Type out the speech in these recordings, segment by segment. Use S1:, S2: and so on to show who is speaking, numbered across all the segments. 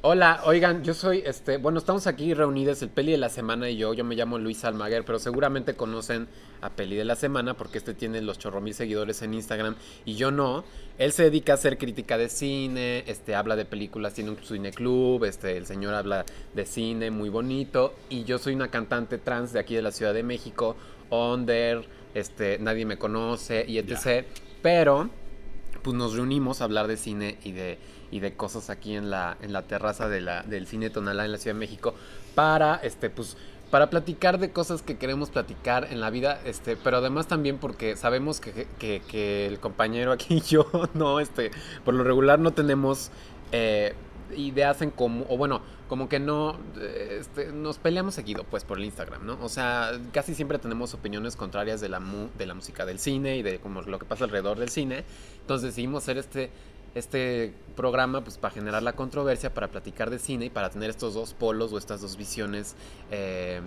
S1: Hola, oigan, yo soy este, bueno, estamos aquí reunidos el Peli de la Semana y yo, yo me llamo Luis Almaguer, pero seguramente conocen a Peli de la Semana porque este tiene los chorromil seguidores en Instagram y yo no. Él se dedica a hacer crítica de cine, este habla de películas, tiene un cine club, este el señor habla de cine muy bonito y yo soy una cantante trans de aquí de la Ciudad de México, Onder, este nadie me conoce y etc. Pero pues nos reunimos a hablar de cine y de, y de cosas aquí en la, en la terraza de la, del cine Tonalá en la Ciudad de México para este pues para platicar de cosas que queremos platicar en la vida, este, pero además también porque sabemos que, que- que el compañero aquí y yo, no, este, por lo regular no tenemos eh, ideas en común, o bueno, como que no, eh, este, nos peleamos seguido, pues, por el Instagram, ¿no? O sea, casi siempre tenemos opiniones contrarias de la, mu- de la música del cine y de como lo que pasa alrededor del cine, entonces decidimos hacer este, este programa pues para generar la controversia, para platicar de cine y para tener estos dos polos o estas dos visiones eh,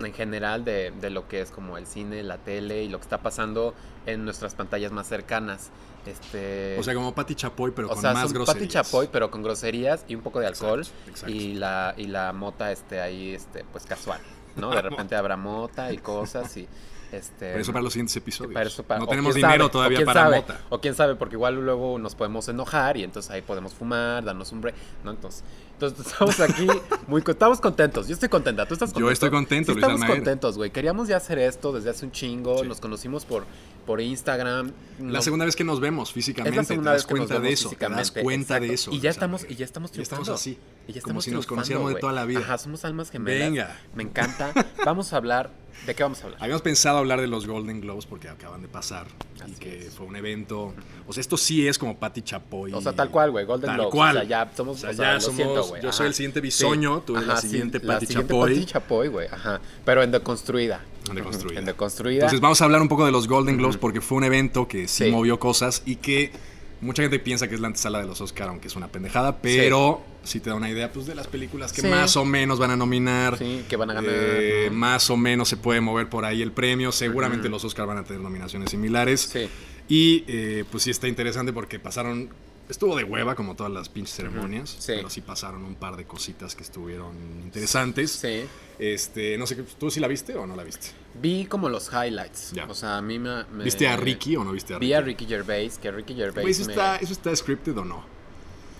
S1: en general de, de lo que es como el cine, la tele y lo que está pasando en nuestras pantallas más cercanas. Este,
S2: O sea, como Pati Chapoy, pero
S1: o
S2: con
S1: sea,
S2: más
S1: son
S2: groserías.
S1: Pati Chapoy, pero con groserías y un poco de alcohol
S2: Exacto, exacto.
S1: y la y la mota este ahí este pues casual, ¿no? De repente habrá mota y cosas y este
S2: Pero eso para los siguientes episodios.
S1: para eso, para-
S2: no
S1: o
S2: tenemos
S1: quién sabe,
S2: dinero
S1: o
S2: todavía
S1: quién
S2: para
S1: sabe,
S2: mota.
S1: O quién sabe, porque igual luego nos podemos enojar y entonces ahí podemos fumar, darnos un break, ¿no? Entonces, entonces estamos aquí, muy, co- estamos contentos. Yo estoy contenta, tú estás
S2: Yo
S1: contento.
S2: estoy contento,
S1: Sí,
S2: Luis
S1: Estamos
S2: Almaguer.
S1: contentos, güey. Queríamos ya hacer esto desde hace un chingo.
S2: Sí.
S1: Nos conocimos por, por Instagram.
S2: La
S1: nos-
S2: segunda vez que nos vemos físicamente,
S1: es la segunda
S2: te
S1: vez
S2: das
S1: que nos
S2: cuenta de
S1: vemos
S2: eso, te das
S1: físicamente,
S2: cuenta de
S1: exacto.
S2: eso.
S1: Y ya
S2: o sea,
S1: estamos, y ya estamos
S2: ya estamos
S1: triunfando.
S2: así,
S1: Y ya
S2: como
S1: estamos
S2: si nos
S1: triunfando,
S2: conociéramos de
S1: güey.
S2: toda la vida.
S1: Ajá, somos almas gemelas.
S2: Venga.
S1: Me encanta. Vamos a hablar. ¿De qué vamos a hablar?
S2: Habíamos pensado hablar de los Golden Globes porque acaban de pasar
S1: Así
S2: y que
S1: es.
S2: fue un evento. O sea, esto sí es como Pati Chapoy.
S1: O sea, tal cual, güey. Golden
S2: Tal
S1: Globes.
S2: cual.
S1: O sea, ya somos.
S2: O sea,
S1: o sea,
S2: ya
S1: lo
S2: somos-
S1: siento, güey.
S2: yo
S1: Ajá.
S2: soy el siguiente bisoño, tú eres la siguiente
S1: sí,
S2: Pati
S1: la siguiente
S2: Chapoy.
S1: Pati Chapoy, güey. Ajá. Pero en deconstruida.
S2: En Deconstruida.
S1: En deconstruida.
S2: Entonces vamos a hablar un poco de los Golden Globes porque fue un evento que sí,
S1: Sí.
S2: movió cosas y que mucha gente piensa que es la antesala de los Oscar, aunque es una pendejada, pero sí, te da una idea pues, de las películas que
S1: Sí.
S2: más o menos van a nominar.
S1: Sí, que van a ganar.
S2: Eh,
S1: ¿no?
S2: Más o menos se puede mover por ahí el premio. Seguramente los Oscar van a tener nominaciones similares.
S1: Sí.
S2: Y eh, pues sí está interesante porque pasaron. Estuvo de hueva como todas las pinches ceremonias.
S1: Sí.
S2: Pero sí pasaron un par de cositas que estuvieron interesantes.
S1: Sí.
S2: Este, no sé, ¿tú sí la viste o no la viste?
S1: Vi como los highlights.
S2: Ya.
S1: O sea, a mí me. me-
S2: ¿Viste a Ricky o no viste a Ricky?
S1: Vi a Ricky Gervais, que Ricky Gervais.
S2: Güey, ¿eso,
S1: me-
S2: está, ¿Eso está scripted o no?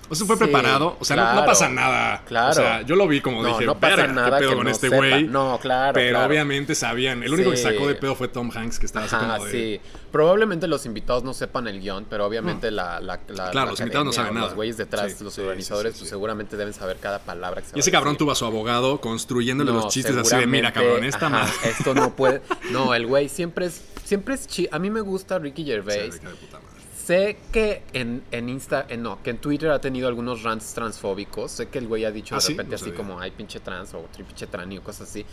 S2: O sea, fue
S1: Sí,
S2: preparado. O sea, no- no,
S1: claro.
S2: pasa nada.
S1: Claro.
S2: O sea, yo lo vi como
S1: No,
S2: dije,
S1: no pasa
S2: "Verga,
S1: nada
S2: ¿qué pedo
S1: que
S2: con
S1: no
S2: este
S1: sepa".
S2: güey?
S1: No, claro,
S2: Pero
S1: claro.
S2: obviamente sabían. El único que
S1: Sí.
S2: sacó de pedo fue Tom Hanks, que estaba así
S1: Ajá,
S2: como de...
S1: sí. Probablemente los invitados no sepan el guión, pero obviamente la, la, la-
S2: Mm. Claro,
S1: la
S2: los invitados no
S1: academia
S2: saben
S1: o
S2: nada.
S1: Los güeyes detrás,
S2: Sí,
S1: los
S2: sí,
S1: organizadores,
S2: sí, sí,
S1: pues
S2: sí.
S1: seguramente deben saber cada palabra que se
S2: Y
S1: va
S2: ese
S1: a
S2: cabrón
S1: decir.
S2: tuvo a su abogado construyéndole los
S1: No,
S2: chistes así de, mira, cabrón,
S1: seguramente,
S2: esta
S1: ajá,
S2: madre.
S1: Esto no puede. No, el güey siempre es. Siempre es chi- A mí me gusta Ricky
S2: Sí,
S1: Gervais.
S2: hija de puta madre.
S1: Sé que en, en Insta, en- no, que en Twitter ha tenido algunos rants transfóbicos. Sé que el güey ha dicho
S2: ¿Ah,
S1: de
S2: sí?
S1: repente
S2: No
S1: así
S2: sabía.
S1: como, ay, pinche trans o "Tri- pinche trani o cosas así.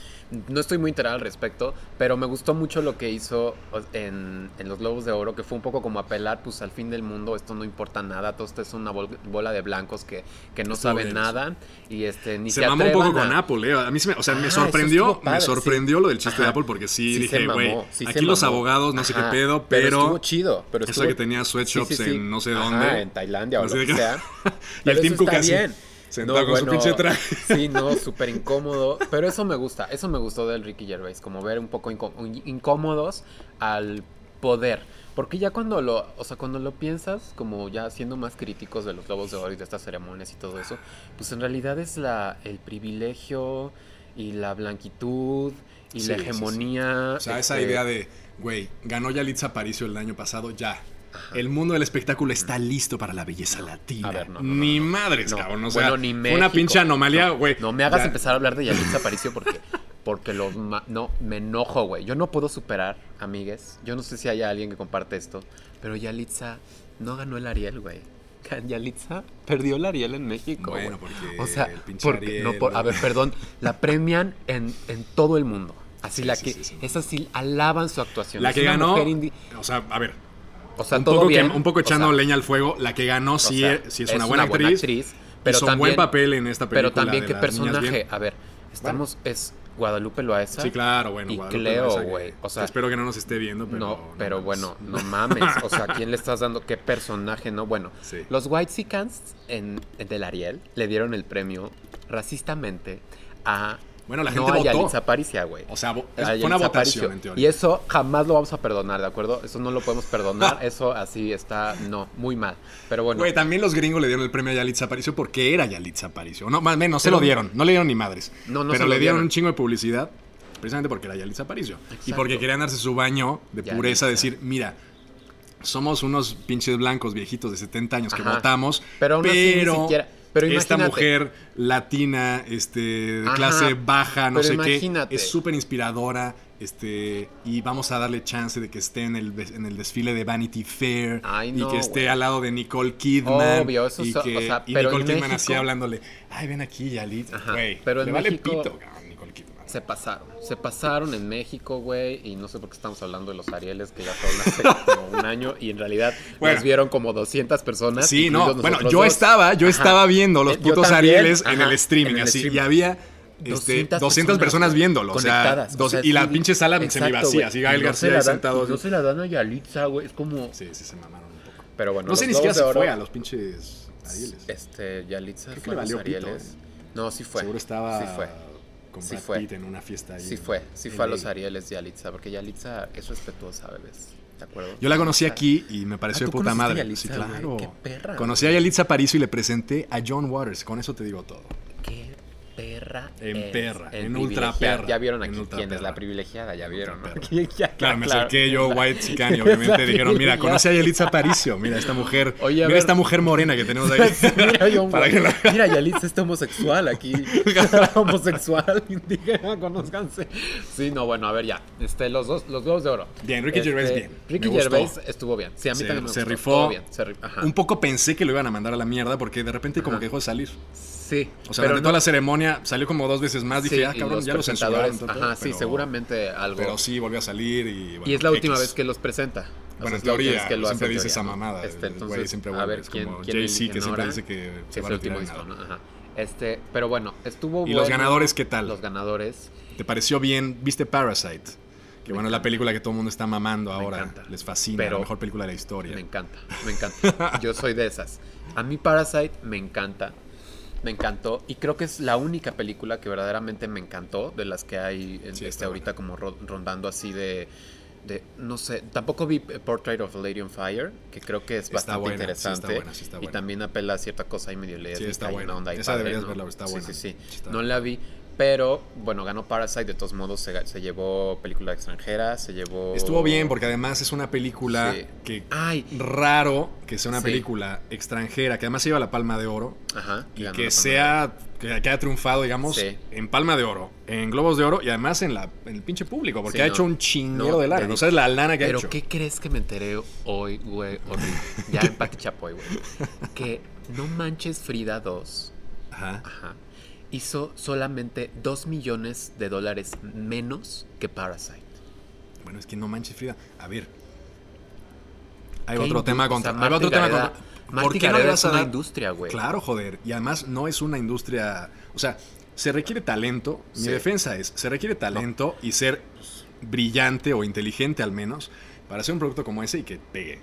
S1: No estoy muy enterado al respecto, pero me gustó mucho lo que hizo o- en, en Los Globos de Oro, que fue un poco como apelar, pues, al fin del mundo, esto no importa nada, todo esto es una bol- bola de blancos que, que no
S2: Estuvo
S1: saben
S2: bien
S1: nada y este, ni se,
S2: se mamó un poco
S1: atrevan
S2: con
S1: a-
S2: Apple, eh. A mí se me, o sea,
S1: Ah,
S2: me
S1: eso
S2: sorprendió,
S1: estuvo
S2: me
S1: padre,
S2: sorprendió
S1: sí.
S2: lo del chiste de
S1: Ajá.
S2: Apple porque
S1: Sí
S2: sí,
S1: se
S2: dije,
S1: mamó,
S2: güey,
S1: sí se
S2: aquí los
S1: mamó.
S2: abogados no sé
S1: Ajá,
S2: qué pedo,
S1: estuvo
S2: pero
S1: chido, pero
S2: eso
S1: estuvo-
S2: que tenía sweatshops en no sé dónde.
S1: en Tailandia o
S2: No
S1: lo
S2: sé
S1: que
S2: qué.
S1: sea.
S2: y el
S1: Pero
S2: Tim
S1: eso
S2: Cook
S1: está
S2: así,
S1: bien.
S2: sentado con su pinche traje.
S1: Sí, no, súper incómodo. Pero eso me gusta, eso me gustó del Ricky Gervais, como ver un poco incó- un- incómodos al poder. Porque ya cuando lo, o sea, cuando lo piensas, como ya siendo más críticos de los globos de oro y de estas ceremonias y todo eso, pues en realidad es la, el privilegio y la blanquitud y
S2: Sí,
S1: la
S2: sí, sí.
S1: hegemonía.
S2: O sea, esa
S1: este,
S2: idea de, güey, ganó Yalitza Aparicio el año pasado, ya.
S1: Ajá.
S2: El mundo del espectáculo está listo para la belleza latina.
S1: A ver, no, no, no,
S2: ni
S1: no.
S2: madres,
S1: No,
S2: cabrón. O sea,
S1: bueno, ni
S2: fue
S1: México.
S2: una pinche anomalía,
S1: No,
S2: güey.
S1: No, me hagas
S2: Ya.
S1: empezar a hablar de Yalitza Aparicio porque, porque los ma- no, me enojo, güey. Yo no puedo superar, amigues. Yo no sé si haya alguien que comparte esto, pero Yalitza no ganó el Ariel, güey. Yalitza perdió el Ariel en México.
S2: Bueno,
S1: güey.
S2: porque
S1: o sea,
S2: el pinche
S1: porque,
S2: Ariel,
S1: no, por- a
S2: ¿no?
S1: ver, perdón, la premian en, en todo el mundo. Así
S2: Sí,
S1: la
S2: sí,
S1: que,
S2: sí, sí.
S1: esa sí alaban su actuación.
S2: La
S1: Es
S2: que
S1: una
S2: ganó.
S1: mujer indi-
S2: O sea, a ver,
S1: o sea,
S2: un,
S1: todo
S2: poco que-
S1: bien.
S2: un poco
S1: o sea,
S2: echando leña al fuego, la que ganó
S1: o
S2: sí,
S1: sea,
S2: es- sí es, una, buena, actriz,
S1: pero
S2: hizo un
S1: también,
S2: buen papel en esta película.
S1: Pero también
S2: de
S1: qué
S2: las niñas bien.
S1: personaje, a ver, estamos es Guadalupe Loaesa.
S2: Sí, claro, bueno.
S1: Y
S2: Guadalupe
S1: Cleo,
S2: Loaiza, que-
S1: güey, o sea-
S2: que espero que no nos esté viendo, pero.
S1: no, pero
S2: mames.
S1: bueno, no mames. O sea, ¿quién le estás dando? ¿Qué personaje? No, bueno.
S2: Sí.
S1: Los White Seacans en, en del Ariel le dieron el premio racistamente a.
S2: Bueno, la
S1: no
S2: gente
S1: a
S2: votó.
S1: Yalitza Aparicio, güey.
S2: O sea,
S1: A
S2: vo- es- fue
S1: Yalitza
S2: una
S1: Aparicio.
S2: votación en teoría.
S1: Y eso jamás lo vamos a perdonar, ¿de acuerdo? Eso no lo podemos perdonar. eso así está, no, muy mal. Pero bueno.
S2: Güey, también los gringos le dieron el premio a Yalitza Aparicio porque era Yalitza Aparicio. No, más menos, se lo dieron. No le dieron ni madres.
S1: No, no
S2: Pero
S1: se lo
S2: le dieron
S1: dieron.
S2: un chingo de publicidad precisamente porque era Yalitza Aparicio. Y
S1: Exacto.
S2: porque querían darse su baño de
S1: Yalitza.
S2: pureza, decir, mira, somos unos pinches blancos viejitos de 70 años que
S1: Ajá.
S2: votamos,
S1: Pero aún
S2: pero,
S1: así ni siquiera- pero
S2: esta
S1: imagínate.
S2: mujer latina, este, de
S1: Ajá.
S2: clase baja, no
S1: Pero
S2: sé
S1: imagínate.
S2: qué, es súper inspiradora. Este, y vamos a darle chance de que esté en el, en el desfile de Vanity Fair
S1: Ay,
S2: y
S1: no,
S2: que esté
S1: güey.
S2: al lado de Nicole Kidman.
S1: Obvio, eso
S2: y
S1: so-
S2: que-
S1: o sea,
S2: y
S1: pero
S2: Nicole
S1: en
S2: Kidman así
S1: México-
S2: hablándole, ay, ven aquí, Yalitza.
S1: Ajá,
S2: Güey,
S1: pero
S2: le
S1: en
S2: vale
S1: México-
S2: pito, cabrón, Nicole Kidman.
S1: Se pasaron, se pasaron en México, güey, y no sé por qué estamos hablando de los Arieles, que ya fueron hace como un año, y en realidad
S2: Bueno.
S1: nos vieron como 200 personas.
S2: Sí, no.
S1: incluidos
S2: Bueno,
S1: nosotros
S2: yo
S1: dos.
S2: estaba, yo
S1: Ajá.
S2: estaba viendo los
S1: Eh, yo
S2: putos
S1: también,
S2: Arieles en
S1: ajá,
S2: el streaming,
S1: en el
S2: así,
S1: streaming.
S2: y había. Este, 200, personas viéndolo, o sea,
S1: conectadas,
S2: dos-
S1: o sea,
S2: y la
S1: sí,
S2: pinche sala
S1: exacto, güey,
S2: semivacía, así Gael
S1: y no se
S2: García
S1: la pues,
S2: ahí
S1: dan-
S2: sentado.
S1: y No se la dan a Yalitza, güey, es como...
S2: Sí, sí, se mamaron un poco.
S1: Pero bueno,
S2: no sé
S1: los
S2: ni siquiera
S1: Globos de
S2: se
S1: Oro-
S2: fue a los pinches Arieles.
S1: Este, Yalitza
S2: Creo que
S1: fue
S2: le
S1: a los
S2: valió pito,
S1: Arieles.
S2: eh.
S1: No, sí fue.
S2: Seguro estaba
S1: Sí fue.
S2: con
S1: Sí
S2: Brad
S1: fue.
S2: Pitt en una fiesta ahí.
S1: Sí
S2: en
S1: fue, sí fue a los
S2: LA.
S1: Arieles Yalitza, porque Yalitza es respetuosa, bebés, ¿de acuerdo?
S2: Yo la conocí
S1: O sea,
S2: aquí y me
S1: Ah,
S2: pareció de
S1: ¿tú
S2: puta
S1: conociste a
S2: madre.
S1: Yalitza,
S2: sí,
S1: güey?
S2: claro.
S1: Qué perra,
S2: conocí a Yalitza Aparicio y le presenté a John Waters. Con eso te digo todo.
S1: Qué perra.
S2: En
S1: es,
S2: perra,
S1: el
S2: en ultra
S1: privilegiado.
S2: perra,
S1: Ya vieron
S2: en
S1: aquí
S2: ultra
S1: quién es la
S2: perra.
S1: privilegiada, ya
S2: En
S1: vieron, ¿no?
S2: ultra
S1: Ya,
S2: Claro, me
S1: claro.
S2: acerqué yo, White Chican, y
S1: Esa
S2: obviamente dijeron, mira,
S1: privilegiada.
S2: conoce a Yalitza Aparicio. Mira esta mujer.
S1: Oye, a
S2: mira
S1: ver.
S2: esta mujer morena que tenemos ahí.
S1: Mira, yo,
S2: Para que la-
S1: mira, Yalitza está homosexual aquí. homosexual, indígena, conozcanse. Sí, no, bueno, a ver ya. Este, los dos, los globos de oro.
S2: Bien, Ricky
S1: Este,
S2: Gervais, bien.
S1: Ricky
S2: Me gustó.
S1: Gervais estuvo bien. Sí, a mí
S2: Se-
S1: también me
S2: se
S1: gustó,
S2: rifó
S1: todo bien, se rifó, ajá.
S2: Un poco pensé que lo iban a mandar a la mierda porque de repente como
S1: Ajá.
S2: que dejó de salir.
S1: Sí.
S2: O sea,
S1: pero
S2: durante
S1: no-
S2: toda la ceremonia salió como dos veces más. Dije,
S1: sí,
S2: ah,
S1: y
S2: cabrón,
S1: los
S2: ya lo
S1: presentadores,
S2: censuraron.
S1: Ajá,
S2: tanto,
S1: sí,
S2: pero-
S1: seguramente algo.
S2: Pero sí, volvió a salir y... bueno,
S1: y es la última
S2: X.
S1: vez que los presenta.
S2: Bueno, en
S1: es la última
S2: teoría,
S1: vez
S2: siempre
S1: en
S2: dice
S1: teoría,
S2: esa
S1: ¿no?
S2: mamada.
S1: Este,
S2: el güey
S1: entonces,
S2: siempre
S1: a ver
S2: vuelve, es
S1: quién,
S2: como
S1: quién
S2: Jay-Z
S1: eligen
S2: que siempre
S1: ahora.
S2: dice que
S1: Sí,
S2: se
S1: es
S2: va
S1: el
S2: a
S1: último
S2: retirar en
S1: disco,
S2: nada.
S1: ¿no? Ajá. Este, pero bueno, estuvo
S2: ¿Y los
S1: bueno.
S2: ganadores qué tal?
S1: Los ganadores.
S2: ¿Te pareció bien? ¿Viste Parasite? Que bueno, es la película que todo el mundo está mamando
S1: Me
S2: ahora.
S1: encanta.
S2: Les fascina.
S1: Pero-
S2: la mejor película de la historia.
S1: Me encanta, me encanta. Yo soy de esas. A mí Parasite me encanta. Me encantó y creo que es la única película que verdaderamente me encantó de las que hay en-
S2: Sí,
S1: este,
S2: está
S1: ahorita como ro- rondando así de, de- no sé, tampoco vi eh, Portrait of a Lady on Fire, que creo que es
S2: Está
S1: bastante
S2: buena, sí está
S1: interesante
S2: buena, sí está
S1: y
S2: buena.
S1: también apela a cierta cosa ahí medio lésbica
S2: está
S1: y
S2: buena.
S1: una onda y
S2: Esa
S1: padre,
S2: deberías
S1: ¿no?
S2: verla, está
S1: Sí,
S2: buena.
S1: Sí, sí,
S2: Sí está
S1: No la vi, pero bueno, ganó Parasite de todos modos, se, ga- se llevó película extranjera, se llevó
S2: Estuvo bien porque además es una película
S1: Sí.
S2: que...
S1: Ay,
S2: Raro que sea una
S1: Sí.
S2: película extranjera, que además se lleva la Palma de Oro.
S1: ajá,
S2: Y
S1: ganó la Palma
S2: que
S1: de Oro.
S2: sea... Que, que haya triunfado, digamos,
S1: Sí.
S2: en Palma de Oro, en Globos de Oro y además en, la, en el pinche público. Porque
S1: Sí,
S2: ha
S1: no.
S2: hecho un chinguero
S1: No,
S2: de lana.
S1: de-
S2: No sabes la lana que ha
S1: Pero
S2: hecho.
S1: ¿qué crees que me enteré hoy, güey? Horrible. Ya en Pati Chapoy, güey. Que No Manches Frida 2
S2: Ajá.
S1: ajá, hizo solamente 2 millones de dólares menos que Parasite.
S2: Bueno, es que no manches, Frida. A ver. Hay
S1: ¿Qué
S2: otro
S1: indu-
S2: tema
S1: o sea,
S2: contra. hay
S1: Marta
S2: otro tema
S1: Gareda-
S2: contra.
S1: Marta
S2: ¿Por qué no
S1: Gareda es
S2: le vas a
S1: una
S2: dar-
S1: industria, güey.
S2: Claro, joder. Y además no es una industria. O sea, se requiere talento. Mi
S1: Sí.
S2: defensa es, se requiere talento y ser brillante o inteligente al menos para hacer un producto como ese y que pegue.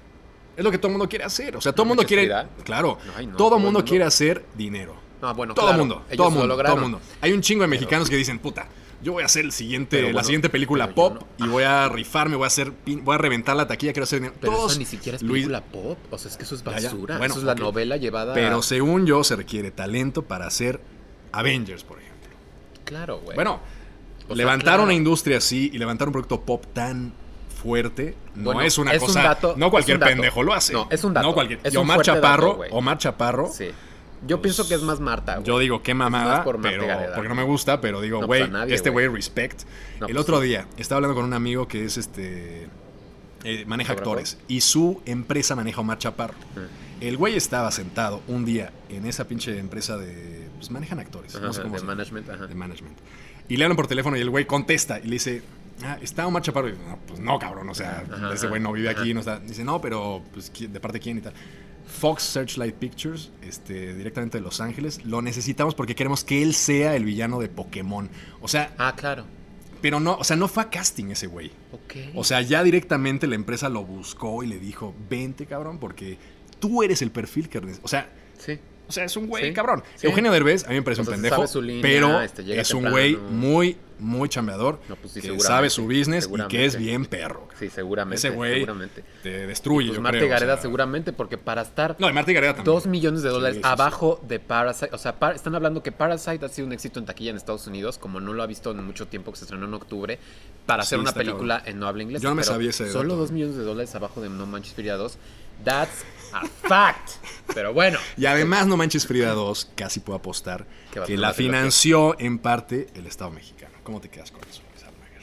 S2: Es lo que todo el mundo quiere hacer. O sea, todo el
S1: ¿No
S2: mundo
S1: manches,
S2: quiere.
S1: Frida?
S2: Claro.
S1: Ay, no,
S2: todo el mundo quiere hacer dinero.
S1: No, bueno,
S2: Todo el
S1: claro,
S2: mundo,
S1: ellos
S2: todo
S1: lo
S2: mundo, todo
S1: lograron.
S2: mundo. Hay un chingo de mexicanos que dicen, puta, yo voy a hacer el siguiente,
S1: Pero
S2: la
S1: bueno,
S2: siguiente película
S1: pero yo
S2: pop
S1: no.
S2: y voy a rifarme, voy a hacer, pin- voy a reventar la taquilla, quiero hacer dinero.
S1: Pero
S2: Todos,
S1: eso ni siquiera es
S2: Luis-
S1: película pop. O sea, es que eso es
S2: Ya, ya.
S1: basura.
S2: Bueno,
S1: eso es la
S2: ok.
S1: novela llevada.
S2: Pero según yo se requiere talento para hacer Avengers, por ejemplo.
S1: Claro, güey.
S2: Bueno,
S1: O sea,
S2: levantar
S1: claro.
S2: una industria así y levantar un producto pop tan fuerte no
S1: Bueno,
S2: es una
S1: es un
S2: cosa,
S1: dato- es
S2: no
S1: un
S2: cualquier
S1: dato.
S2: pendejo lo hace.
S1: No, es un dato.
S2: No cualquier.
S1: Es
S2: y
S1: un
S2: Omar
S1: fuerte dato,
S2: Chaparro,
S1: güey.
S2: Omar Chaparro.
S1: Sí. Pues Yo pienso que es más Marta, güey.
S2: Yo digo, qué mamada,
S1: por Marta
S2: pero,
S1: Gareda.
S2: porque no me gusta, pero digo,
S1: No,
S2: güey,
S1: pues a nadie,
S2: este
S1: güey.
S2: güey, respect.
S1: No,
S2: el
S1: pues
S2: otro día estaba hablando con un amigo que es este. eh, maneja
S1: ¿Fotógrafo?
S2: actores y su empresa maneja a Omar Chaparro. El güey estaba sentado un día en esa pinche empresa de. Pues manejan actores,
S1: Ajá,
S2: no sé
S1: ajá,
S2: cómo
S1: de
S2: se llama,
S1: management, ajá.
S2: de management. Y le hablan por teléfono y el güey contesta y le dice. Ah, está Omar Chaparro. Y, dice, "No, pues no, cabrón. O sea,
S1: Ajá,
S2: ese güey no vive
S1: ajá.
S2: aquí. No está. Dice, no, pero pues, ¿quién- ¿de parte de quién y tal? Fox Searchlight Pictures, este, directamente de Los Ángeles. Lo necesitamos porque queremos que él sea el villano de Pokémon. O sea,
S1: Ah, claro.
S2: pero no, o sea, no fue a casting ese güey.
S1: Ok.
S2: O sea, ya directamente la empresa lo buscó y le dijo, vente cabrón, porque tú eres el perfil que... neces-". O sea,
S1: sí.
S2: o sea, es un güey
S1: Sí,
S2: cabrón.
S1: sí.
S2: Eugenio Derbez a mí me parece
S1: O
S2: un
S1: sea, se
S2: pendejo,
S1: sabe su línea,
S2: pero
S1: este, llega
S2: es un
S1: temprano.
S2: güey muy, muy chambeador,
S1: No, pues sí,
S2: que
S1: seguramente,
S2: sabe su business y que es
S1: seguramente.
S2: bien perro.
S1: Sí, seguramente.
S2: Ese güey
S1: Seguramente.
S2: Te destruye,
S1: Pues
S2: yo
S1: Marte
S2: creo, o
S1: Gareda
S2: sea.
S1: seguramente, porque para estar
S2: No, y Marta Gareda también.
S1: 2 millones de dólares
S2: Sí, sí, sí.
S1: abajo de Parasite, o sea, Par- están hablando que Parasite ha sido un éxito en taquilla en Estados Unidos, como no lo ha visto en mucho tiempo, que se estrenó en octubre, para
S2: Sí,
S1: hacer una
S2: está
S1: película en no habla inglés.
S2: Yo no me
S1: pero
S2: sabía ese
S1: Solo
S2: dato.
S1: 2 millones de dólares abajo de No Manches Frida 2. That's a fact. pero bueno.
S2: Y además, No Manches Frida 2, casi puedo apostar
S1: Que va a
S2: que
S1: ser
S2: la
S1: una trilogía.
S2: financió en parte el Estado mexicano. ¿Cómo te quedas con eso, Luis Almaguer?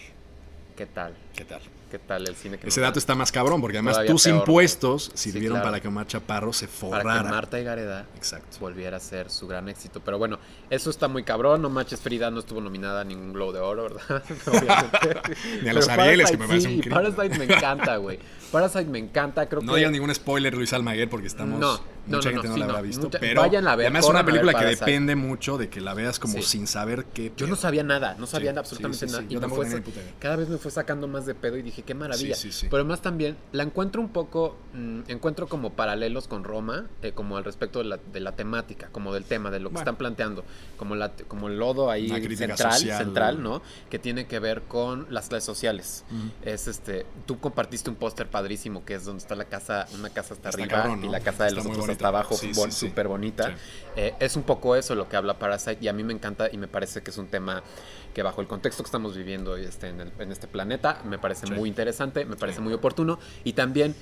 S1: ¿Qué tal?
S2: ¿Qué tal?
S1: ¿Qué tal el cine que
S2: Ese
S1: nos
S2: dato
S1: dan?
S2: está más cabrón, porque además
S1: Todavía
S2: tus
S1: peor, ¿no?
S2: impuestos sirvieron
S1: claro.
S2: para que Omar Chaparro se
S1: Para
S2: forrara.
S1: que Marta y Gareda
S2: Exacto.
S1: volviera a ser su gran éxito. Pero bueno, eso está muy cabrón. No manches, Frida no estuvo nominada a ningún Globo de Oro, ¿verdad? Obviamente.
S2: Ni a los
S1: Pero Parasite
S2: Arieles, que me parece
S1: sí,
S2: un crimen.
S1: Parasite me encanta, güey. Parasite me encanta, creo
S2: No
S1: que...
S2: digan ningún spoiler, Luis Almaguer, porque estamos.
S1: No, no, no,
S2: mucha gente
S1: no,
S2: no,
S1: sí,
S2: la habrá
S1: no,
S2: visto.
S1: mucha-
S2: pero
S1: vayan a ver,
S2: además es una
S1: corran a ver
S2: película que
S1: Parasite.
S2: depende mucho de que la veas como
S1: Sí.
S2: sin saber qué.
S1: Eh, Yo no
S2: pedo.
S1: sabía nada, no sabía
S2: Sí,
S1: absolutamente
S2: sí, sí,
S1: nada.
S2: sí,
S1: y
S2: yo
S1: me
S2: tampoco
S1: fue
S2: tenía
S1: sa-
S2: ni puta idea.
S1: cada vez me fue sacando más de pedo y dije, qué maravilla.
S2: Sí, sí, sí.
S1: Pero además también la encuentro un poco, mm, encuentro como paralelos con Roma, eh, como al respecto de la, de la temática, como del tema, de lo que
S2: Bueno.
S1: están planteando, como, la, te- como el lodo ahí
S2: Una crítica
S1: central,
S2: social.
S1: central, ¿no? Que tiene que ver con las clases sociales.
S2: Ujú.
S1: Es este, tú compartiste un póster padrísimo que es donde está la casa, una casa hasta
S2: Está
S1: arriba
S2: cabrón,
S1: y
S2: ¿no?
S1: la casa de
S2: Está
S1: los
S2: muy
S1: otros
S2: bonita.
S1: hasta abajo,
S2: Sí,
S1: súper
S2: sí, sí.
S1: bonita.
S2: Sí.
S1: Eh, es un poco eso lo que habla Parasite y a mí me encanta y me parece que es un tema que bajo el contexto que estamos viviendo este, en, el- en este planeta me parece
S2: Sí.
S1: muy interesante, me parece
S2: Sí.
S1: muy oportuno y también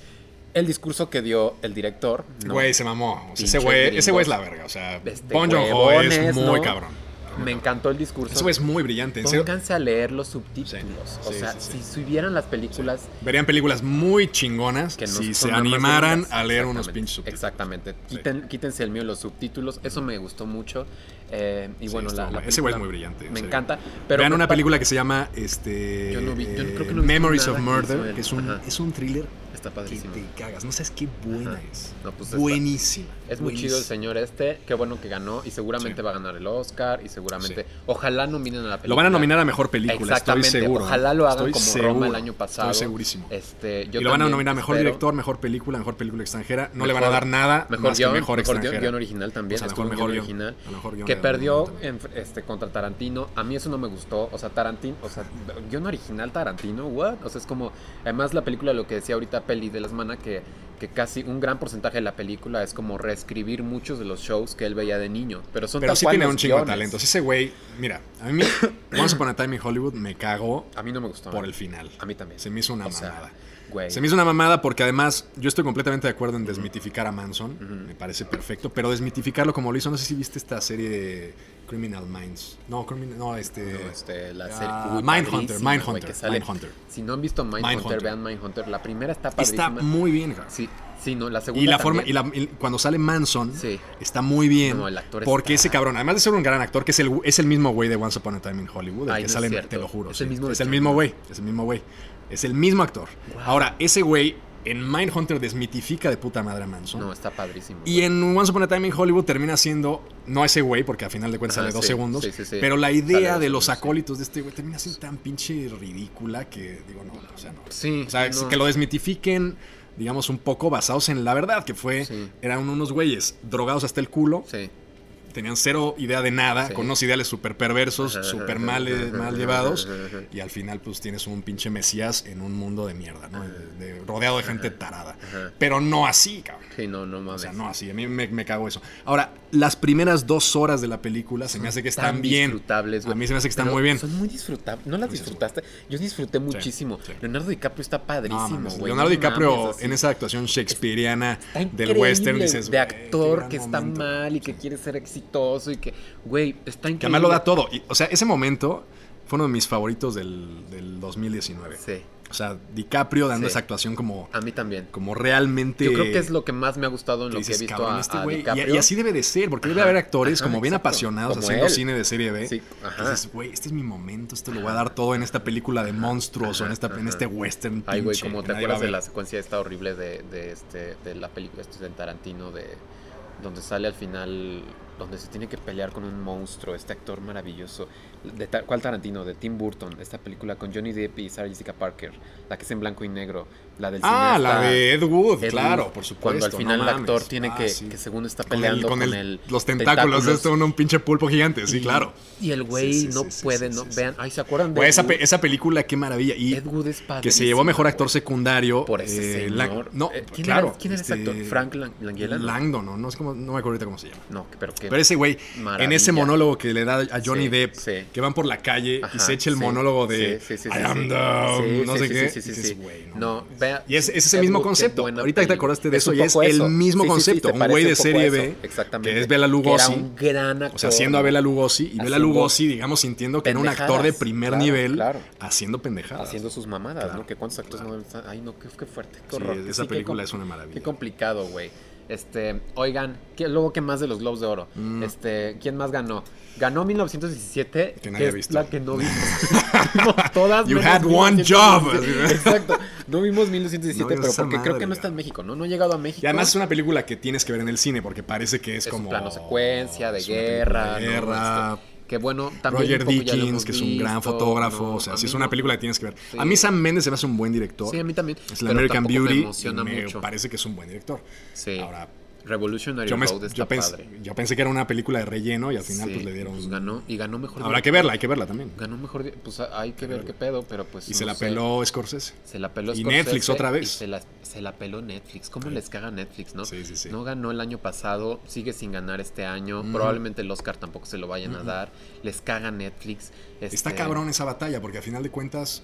S1: el discurso que dio el director. ¿no?
S2: Güey, se mamó. O sea, ese
S1: Pinches
S2: güey ese güey es la
S1: gringos.
S2: verga. O sea,
S1: Este,
S2: Bon Joon-ho es
S1: huevones,
S2: muy
S1: ¿no?
S2: cabrón.
S1: Me encantó el discurso.
S2: Ese güey es muy brillante. En serio,
S1: Pónganse a leer los subtítulos.
S2: Sí.
S1: o
S2: Sí,
S1: sea,
S2: sí, sí.
S1: si subieran las películas
S2: Verían películas muy chingonas
S1: que nos- son
S2: si se
S1: nada más
S2: animaran
S1: gringas.
S2: a leer unos
S1: Exactamente,
S2: pinches subtítulos.
S1: Exactamente.
S2: Sí.
S1: Quiten- quítense el mío los subtítulos. Eso me gustó mucho. Eh, y
S2: Sí,
S1: bueno,
S2: estuvo
S1: la, la
S2: bueno. Ese güey es
S1: película
S2: muy brillante, en
S1: Me
S2: serio.
S1: encanta. Pero
S2: Vean
S1: me
S2: una
S1: pa-
S2: película que se llama este,
S1: Yo no vi- yo creo que no he visto
S2: eh, Memories of
S1: nada que hizo
S2: Murder,
S1: él.
S2: que es un,
S1: Ajá.
S2: es un thriller
S1: Está
S2: que
S1: padrísima.
S2: te cagas. No sabes qué buena
S1: Ajá.
S2: es.
S1: No, pues está-
S2: Buenísima.
S1: Es muy chido el señor este. Qué bueno que ganó. Y seguramente
S2: Sí.
S1: va a ganar el Oscar. Y seguramente. Ojalá nominen a la película.
S2: Lo van a nominar a mejor película, estoy
S1: Exactamente.
S2: seguro. ¿eh?
S1: Ojalá lo hagan
S2: Estoy
S1: como
S2: seguro,
S1: Roma el año pasado.
S2: Estoy segurísimo.
S1: Este, yo
S2: y lo van a
S1: también
S2: nominar a mejor
S1: espero-
S2: director, mejor película, mejor película extranjera. No le
S1: Mejor-
S2: van a dar nada
S1: Mejor
S2: más
S1: guión,
S2: que mejor,
S1: mejor guión-
S2: extranjera.
S1: guión original también,
S2: O sea, a lo
S1: estuvo
S2: mejor
S1: un guión
S2: mejor guión,
S1: original,
S2: a lo mejor guión
S1: que
S2: de-
S1: perdió
S2: también.
S1: en, este, contra Tarantino. A mí eso no me gustó. O sea, Tarantino, o sea, guión original Tarantino, what? O sea, es como, además la película, lo que decía ahorita Peli de la semana, que, que casi un gran porcentaje de la película es como reescribir muchos de los shows que él veía de niño. Pero son
S2: Pero
S1: tal
S2: sí
S1: cual
S2: tiene
S1: los
S2: un chingo de
S1: guiones.
S2: talentos. Ese güey, mira, a mí Once Upon a Time in Hollywood me cagó
S1: A mí no me gustó.
S2: por el final.
S1: A mí también.
S2: Se me hizo una
S1: O sea,
S2: mamada.
S1: Güey.
S2: Se me hizo una mamada porque además yo estoy completamente de acuerdo en desmitificar a Manson, me parece perfecto, pero desmitificarlo como lo hizo, no sé si viste esta serie de Criminal Minds. No, Criminal, no, este,
S1: No, este, la serie-
S2: ah,
S1: Uy,
S2: Mindhunter,
S1: padrísima, güey,
S2: Mindhunter,
S1: que sale-
S2: Mindhunter.
S1: Si no han visto Mindhunter,
S2: Mindhunter.
S1: vean Mindhunter. La primera está
S2: Está
S1: padrísima.
S2: muy bien, cabrón.
S1: Sí, sí, no, la segunda
S2: Y la forma
S1: también.
S2: y, la- y cuando sale Manson
S1: Sí.
S2: está muy bien
S1: No, el actor
S2: porque
S1: está-
S2: ese cabrón, además de ser un gran actor, que es el es el mismo güey de Once Upon a Time in Hollywood, el
S1: Ay,
S2: que
S1: no es
S2: sale, en-
S1: cierto.
S2: te lo juro,
S1: Es
S2: sí.
S1: el mismo de
S2: es el
S1: Chang,
S2: mismo
S1: ¿no?
S2: güey, es el mismo güey, es el mismo actor.
S1: Wow.
S2: Ahora ese güey en Mindhunter desmitifica de puta madre a Manson.
S1: No, está padrísimo.
S2: Y
S1: güey.
S2: en Once Upon a Time in Hollywood termina siendo, no ese güey, porque al final de cuentas
S1: Ajá,
S2: sale dos
S1: sí,
S2: segundos,
S1: sí, sí, sí.
S2: pero la
S1: Sale
S2: idea
S1: dos
S2: de
S1: segundos,
S2: los
S1: sí.
S2: acólitos de este güey termina siendo tan pinche ridícula que digo, no, o sea, no.
S1: Sí,
S2: O sea,
S1: no.
S2: que lo desmitifiquen, digamos, un poco basados en la verdad, que fue,
S1: Sí.
S2: eran unos güeyes drogados hasta el culo,
S1: Sí.
S2: tenían cero idea de nada,
S1: Sí.
S2: con unos ideales súper perversos,
S1: Ajá,
S2: súper
S1: ajá,
S2: mal, eh,
S1: ajá,
S2: mal
S1: ajá,
S2: llevados,
S1: ajá, ajá.
S2: y al final pues tienes un pinche mesías en un mundo de mierda, ¿no? De- de- rodeado de gente tarada.
S1: Ajá.
S2: Pero no así, cabrón.
S1: Sí, no, no mames.
S2: O sea, no así, a mí me, me cago eso. Ahora, las primeras dos horas de la película se me hace que
S1: Tan
S2: están bien.
S1: disfrutables,
S2: A
S1: güey.
S2: mí se me hace que están
S1: Pero
S2: muy bien.
S1: Son muy disfrutables. ¿No las
S2: Sí, sí,
S1: disfrutaste? Yo disfruté muchísimo.
S2: sí.
S1: Leonardo DiCaprio está
S2: No,
S1: padrísimo,
S2: mames,
S1: güey.
S2: Leonardo
S1: No
S2: DiCaprio
S1: mames, así.
S2: en esa actuación shakespeariana
S1: Está
S2: del
S1: increíble,
S2: western dices,
S1: de
S2: "Güey, qué
S1: actor
S2: gran
S1: que está
S2: momento".
S1: mal y que quiere ser exitoso y que, güey, está increíble.
S2: Que además lo da todo. Y, o sea, ese momento fue uno de mis favoritos del, del 2019.
S1: Sí.
S2: O sea, DiCaprio dando
S1: Sí.
S2: esa actuación como,
S1: A mí también.
S2: como realmente...
S1: Yo creo que es lo que más me ha gustado en
S2: que
S1: lo que he
S2: dices,
S1: visto
S2: "Cabrón,
S1: a,
S2: este
S1: a
S2: güey". Y-
S1: DiCaprio.
S2: Y, así debe de ser, porque debe
S1: Ajá,
S2: haber actores
S1: ajá,
S2: como bien
S1: exacto.
S2: apasionados
S1: Como
S2: haciendo
S1: él.
S2: cine de serie B.
S1: Sí,
S2: Que
S1: ajá.
S2: dices, güey, este es mi momento, esto lo voy a dar todo en esta película de monstruos o en, esta, en
S1: ajá.
S2: este western.
S1: Ay, güey,
S2: pinche
S1: como
S2: que
S1: te
S2: nadie va a
S1: acuerdas de
S2: ver".
S1: la secuencia esta horrible de, de este, de la película este de Tarantino, de donde sale al final, donde se tiene que pelear con un monstruo, este actor maravilloso. De, ta- ¿Cuál Tarantino? De Tim Burton, esta película con Johnny Depp y Sarah Jessica Parker, la que es en blanco y negro, la del
S2: Ah,
S1: cineasta
S2: la de Ed Wood,
S1: Ed
S2: claro,
S1: Wood,
S2: por supuesto.
S1: Cuando al final
S2: no
S1: el actor
S2: mames.
S1: tiene
S2: Ah,
S1: que,
S2: sí.
S1: que según está
S2: Con el-
S1: peleando
S2: con
S1: con,
S2: el-
S1: el
S2: los tentáculos de esto, uno, un pinche pulpo gigante, sí,
S1: y-
S2: claro.
S1: Y el güey
S2: Sí, sí,
S1: no
S2: sí, sí,
S1: puede,
S2: sí,
S1: no
S2: sí, sí.
S1: vean, ay, ¿se acuerdan de
S2: Güey, esa,
S1: Ed
S2: pe-
S1: Wood?
S2: esa película, qué maravilla. Y
S1: Ed Wood es
S2: que se llevó a mejor
S1: padrísimo,
S2: actor
S1: güey.
S2: secundario.
S1: por ese
S2: eh, la-
S1: señor.
S2: no,
S1: Eh, ¿quién
S2: claro.
S1: Era, ¿Quién era ese
S2: este,
S1: actor? ¿Frank Lang Langella?
S2: Langdon, ¿no? No, sé cómo, no me acuerdo ahorita cómo se llama.
S1: No, que- pero que...
S2: Pero ese güey, en
S1: Maravilla.
S2: ese monólogo que le da a Johnny
S1: Sí,
S2: Depp,
S1: sí.
S2: que van por la calle y
S1: Ajá,
S2: se echa el
S1: sí,
S2: monólogo de
S1: sí, sí, sí,
S2: I
S1: sí,
S2: am
S1: sí.
S2: the-
S1: Sí,
S2: no
S1: sí,
S2: sé
S1: sí,
S2: qué.
S1: sí, sí,
S2: Y
S1: sí,
S2: dices,
S1: sí.
S2: "Güey,
S1: No,
S2: mames".
S1: vea-
S2: y es, es ese
S1: Ed
S2: mismo
S1: Wood, qué
S2: concepto.
S1: buena
S2: Ahorita te
S1: peli.
S2: acordaste de
S1: Es
S2: eso
S1: un
S2: y es
S1: poco
S2: el
S1: eso.
S2: mismo
S1: Sí, sí, sí,
S2: concepto.
S1: te
S2: un
S1: parece
S2: güey de
S1: un poco
S2: serie
S1: eso,
S2: B,
S1: Exactamente.
S2: que es Bela
S1: Que era
S2: Lugosi.
S1: un gran actor.
S2: O sea, haciendo a Bela Lugosi y Bela
S1: Haciendo
S2: Lugosi, digamos, sintiendo que era un actor de
S1: pendejadas,
S2: primer
S1: claro,
S2: nivel
S1: claro.
S2: haciendo pendejadas.
S1: Haciendo sus mamadas,
S2: Claro,
S1: ¿no? Que cuántos actores
S2: claro.
S1: no están... Ay, no, qué, qué fuerte, qué
S2: Sí,
S1: horror. que
S2: esa
S1: sí, qué
S2: película
S1: com-
S2: es una maravilla.
S1: Qué complicado, güey. Este, oigan, ¿qué- luego qué más de los Globos de Oro.
S2: Mm.
S1: Este, ¿quién más ganó? Ganó 1917,
S2: Que nadie ha
S1: es
S2: visto.
S1: la que no vimos. Vimos todas.
S2: You
S1: menos
S2: had one
S1: 1917.
S2: job.
S1: Exacto. No vimos 1917,
S2: No vimos
S1: pero
S2: esa
S1: porque creo
S2: madre,
S1: que no está en
S2: güey.
S1: México, ¿no? No ha llegado a México.
S2: Y además es una película que tienes que ver en el cine porque parece que es,
S1: es
S2: como.
S1: un plano secuencia de
S2: es una película
S1: guerra.
S2: de
S1: ¿no?
S2: guerra.
S1: Este, que bueno, también.
S2: Roger
S1: un poco ya lo
S2: Dickens,
S1: hemos
S2: que es un gran
S1: visto,
S2: fotógrafo.
S1: ¿no?
S2: o sea,
S1: A
S2: sí,
S1: mí
S2: es una
S1: no-
S2: película que tienes que ver.
S1: Sí.
S2: A mí Sam Mendes se me hace un buen director.
S1: Sí, a mí también.
S2: es el
S1: pero
S2: American
S1: tampoco
S2: Beauty.
S1: Me
S2: y
S1: emociona
S2: me
S1: mucho.
S2: parece que es un buen director.
S1: Sí.
S2: Ahora,
S1: Revolutionary
S2: yo, me-
S1: Road está
S2: yo pensé,
S1: padre.
S2: yo pensé que era una película de relleno y al final
S1: Sí,
S2: pues le dieron.
S1: pues ganó, y ganó mejor.
S2: Habrá
S1: director.
S2: que verla, hay que verla también.
S1: Ganó mejor. di- Pues hay que ver qué pedo, pero pues.
S2: Y
S1: no
S2: se la
S1: sé.
S2: peló Scorsese.
S1: Se la peló
S2: Y
S1: Scorsese
S2: Netflix otra
S1: y
S2: vez.
S1: se, la, se la peló Netflix. ¿Cómo
S2: Sí.
S1: les caga Netflix, no?
S2: Sí, sí, sí.
S1: No ganó el año pasado, sigue sin ganar este año.
S2: Ujú.
S1: Probablemente el Oscar tampoco se lo vayan a
S2: Ujú.
S1: dar. Les caga Netflix.
S2: Está
S1: este,
S2: cabrón esa batalla porque al final de cuentas.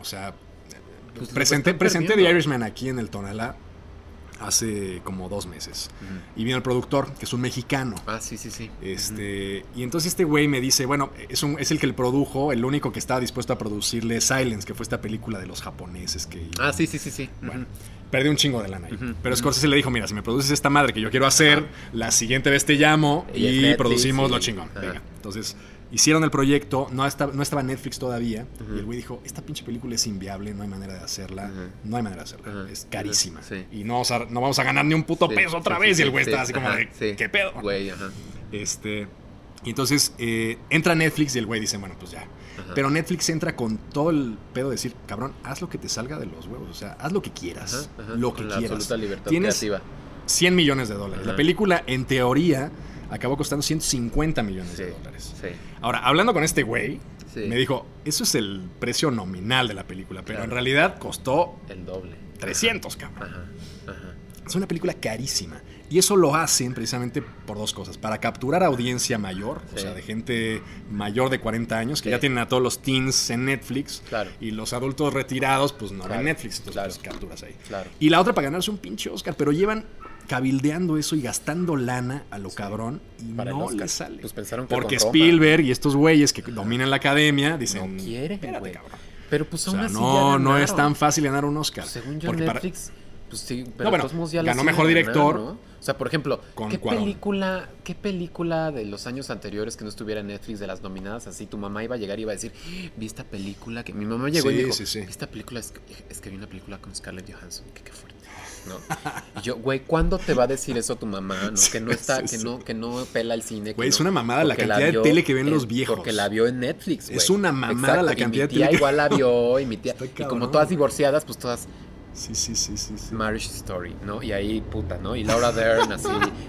S2: O sea,
S1: pues, lo
S2: presenté,
S1: están
S2: presenté The
S1: perdiendo.
S2: Irishman aquí en el Tonalá hace como dos meses.
S1: Ujú.
S2: Y vino el productor, que es un mexicano.
S1: Ah, sí, sí, sí.
S2: Este, Y entonces este güey me dice, bueno, es, un- es el que le produjo, el único que estaba dispuesto a producirle Silence, que fue esta película de los japoneses que...
S1: Ah, sí, sí, sí, sí. Ujú.
S2: Bueno, perdí un chingo de lana ahí.
S1: Ujú,
S2: Pero
S1: ujú.
S2: Scorsese le dijo, mira, si me produces esta madre que yo quiero hacer, la siguiente vez te llamo
S1: Y
S2: y,
S1: es Netflix,
S2: producimos
S1: y-
S2: lo chingón.
S1: ajá.
S2: Venga. Entonces hicieron el proyecto, no, esta- no estaba Netflix todavía,
S1: Ujú.
S2: y el güey dijo, esta pinche película es inviable, no hay manera de hacerla,
S1: Ujú.
S2: no hay manera de hacerla,
S1: Ajá.
S2: es carísima.
S1: Ajá, sí.
S2: Y no vamos, a, no vamos a ganar ni un puto
S1: Sí,
S2: peso otra
S1: sí,
S2: vez,
S1: sí,
S2: y el güey
S1: sí,
S2: está así como
S1: ajá,
S2: de,
S1: sí.
S2: ¿qué pedo?
S1: Güey, ajá.
S2: Este, y entonces eh, entra Netflix y el güey dice, bueno, pues ya.
S1: ajá.
S2: Pero Netflix entra con todo el pedo de decir, cabrón, haz lo que te salga de los huevos. O sea, haz lo que
S1: Ajá,
S2: quieras.
S1: ajá,
S2: Lo que
S1: con la
S2: quieras.
S1: absoluta libertad
S2: Tienes
S1: creativa.
S2: 100 millones de dólares. La
S1: Ajá.
S2: película, en teoría, acabó costando 150 millones
S1: Sí,
S2: de dólares.
S1: sí,
S2: Ahora, hablando con este güey,
S1: sí.
S2: me dijo, eso es el precio nominal de la película, pero en
S1: Claro.
S2: realidad costó
S1: El doble.
S2: 300, cabrón.
S1: Ajá, ajá.
S2: Es una película carísima. Y eso lo hacen precisamente por dos cosas. Para capturar audiencia mayor, o
S1: Sí.
S2: sea, de gente mayor de 40 años, que
S1: Sí.
S2: ya tienen a todos los teens en Netflix.
S1: Claro.
S2: Y los adultos retirados, pues no
S1: Claro,
S2: ven Netflix, entonces
S1: claro.
S2: pues, capturas ahí.
S1: Claro.
S2: Y la otra para ganarse un pinche Oscar, pero llevan cabildeando eso y gastando lana a lo cabrón y
S1: Para el
S2: no
S1: Oscar.
S2: les sale.
S1: Pues pensaron que
S2: Porque
S1: con Roma.
S2: Spielberg y estos güeyes que dominan la academia dicen...
S1: No quieren,
S2: "Espérate,
S1: güey".
S2: cabrón".
S1: Pero pues
S2: O
S1: aún
S2: sea,
S1: así
S2: no,
S1: ya
S2: no es
S1: ganaron.
S2: tan fácil ganar un Oscar.
S1: Según yo,
S2: Porque para-
S1: Netflix, pues sí, pero
S2: No, bueno,
S1: de todos modos ya la
S2: ganó
S1: siguen
S2: mejor director
S1: ganando, ¿no? O sea, por ejemplo,
S2: con
S1: ¿qué
S2: Cuarón.
S1: película, ¿qué película de los años anteriores que no estuviera en Netflix de las nominadas? Así tu mamá iba a llegar y iba a decir, vi esta película que mi mamá llegó y
S2: Sí,
S1: dijo,
S2: sí, sí.
S1: "Vi esta película, es que, es que vi una película con Scarlett Johansson, que qué fuerte. ¿no? Y yo, güey, ¿cuándo te va a decir eso tu mamá? ¿no? Que no
S2: Sí,
S1: está,
S2: sí,
S1: que
S2: sí.
S1: no, que no pela el cine. que
S2: Güey, es
S1: no-
S2: una mamada Ah, la
S1: porque
S2: cantidad de
S1: vio
S2: tele que ven
S1: en-
S2: los viejos.
S1: Porque la vio en Netflix, güey.
S2: Es una mamada la
S1: Y mi
S2: cantidad de
S1: tía
S2: tele que-
S1: igual la vio, y mi tía.
S2: Está
S1: Y como
S2: cabrón,
S1: todas
S2: güey.
S1: divorciadas, pues todas,
S2: Sí, sí, sí, sí. sí.
S1: Marriage Story, ¿no? Y ahí, puta, ¿no? Y Laura Dern, así.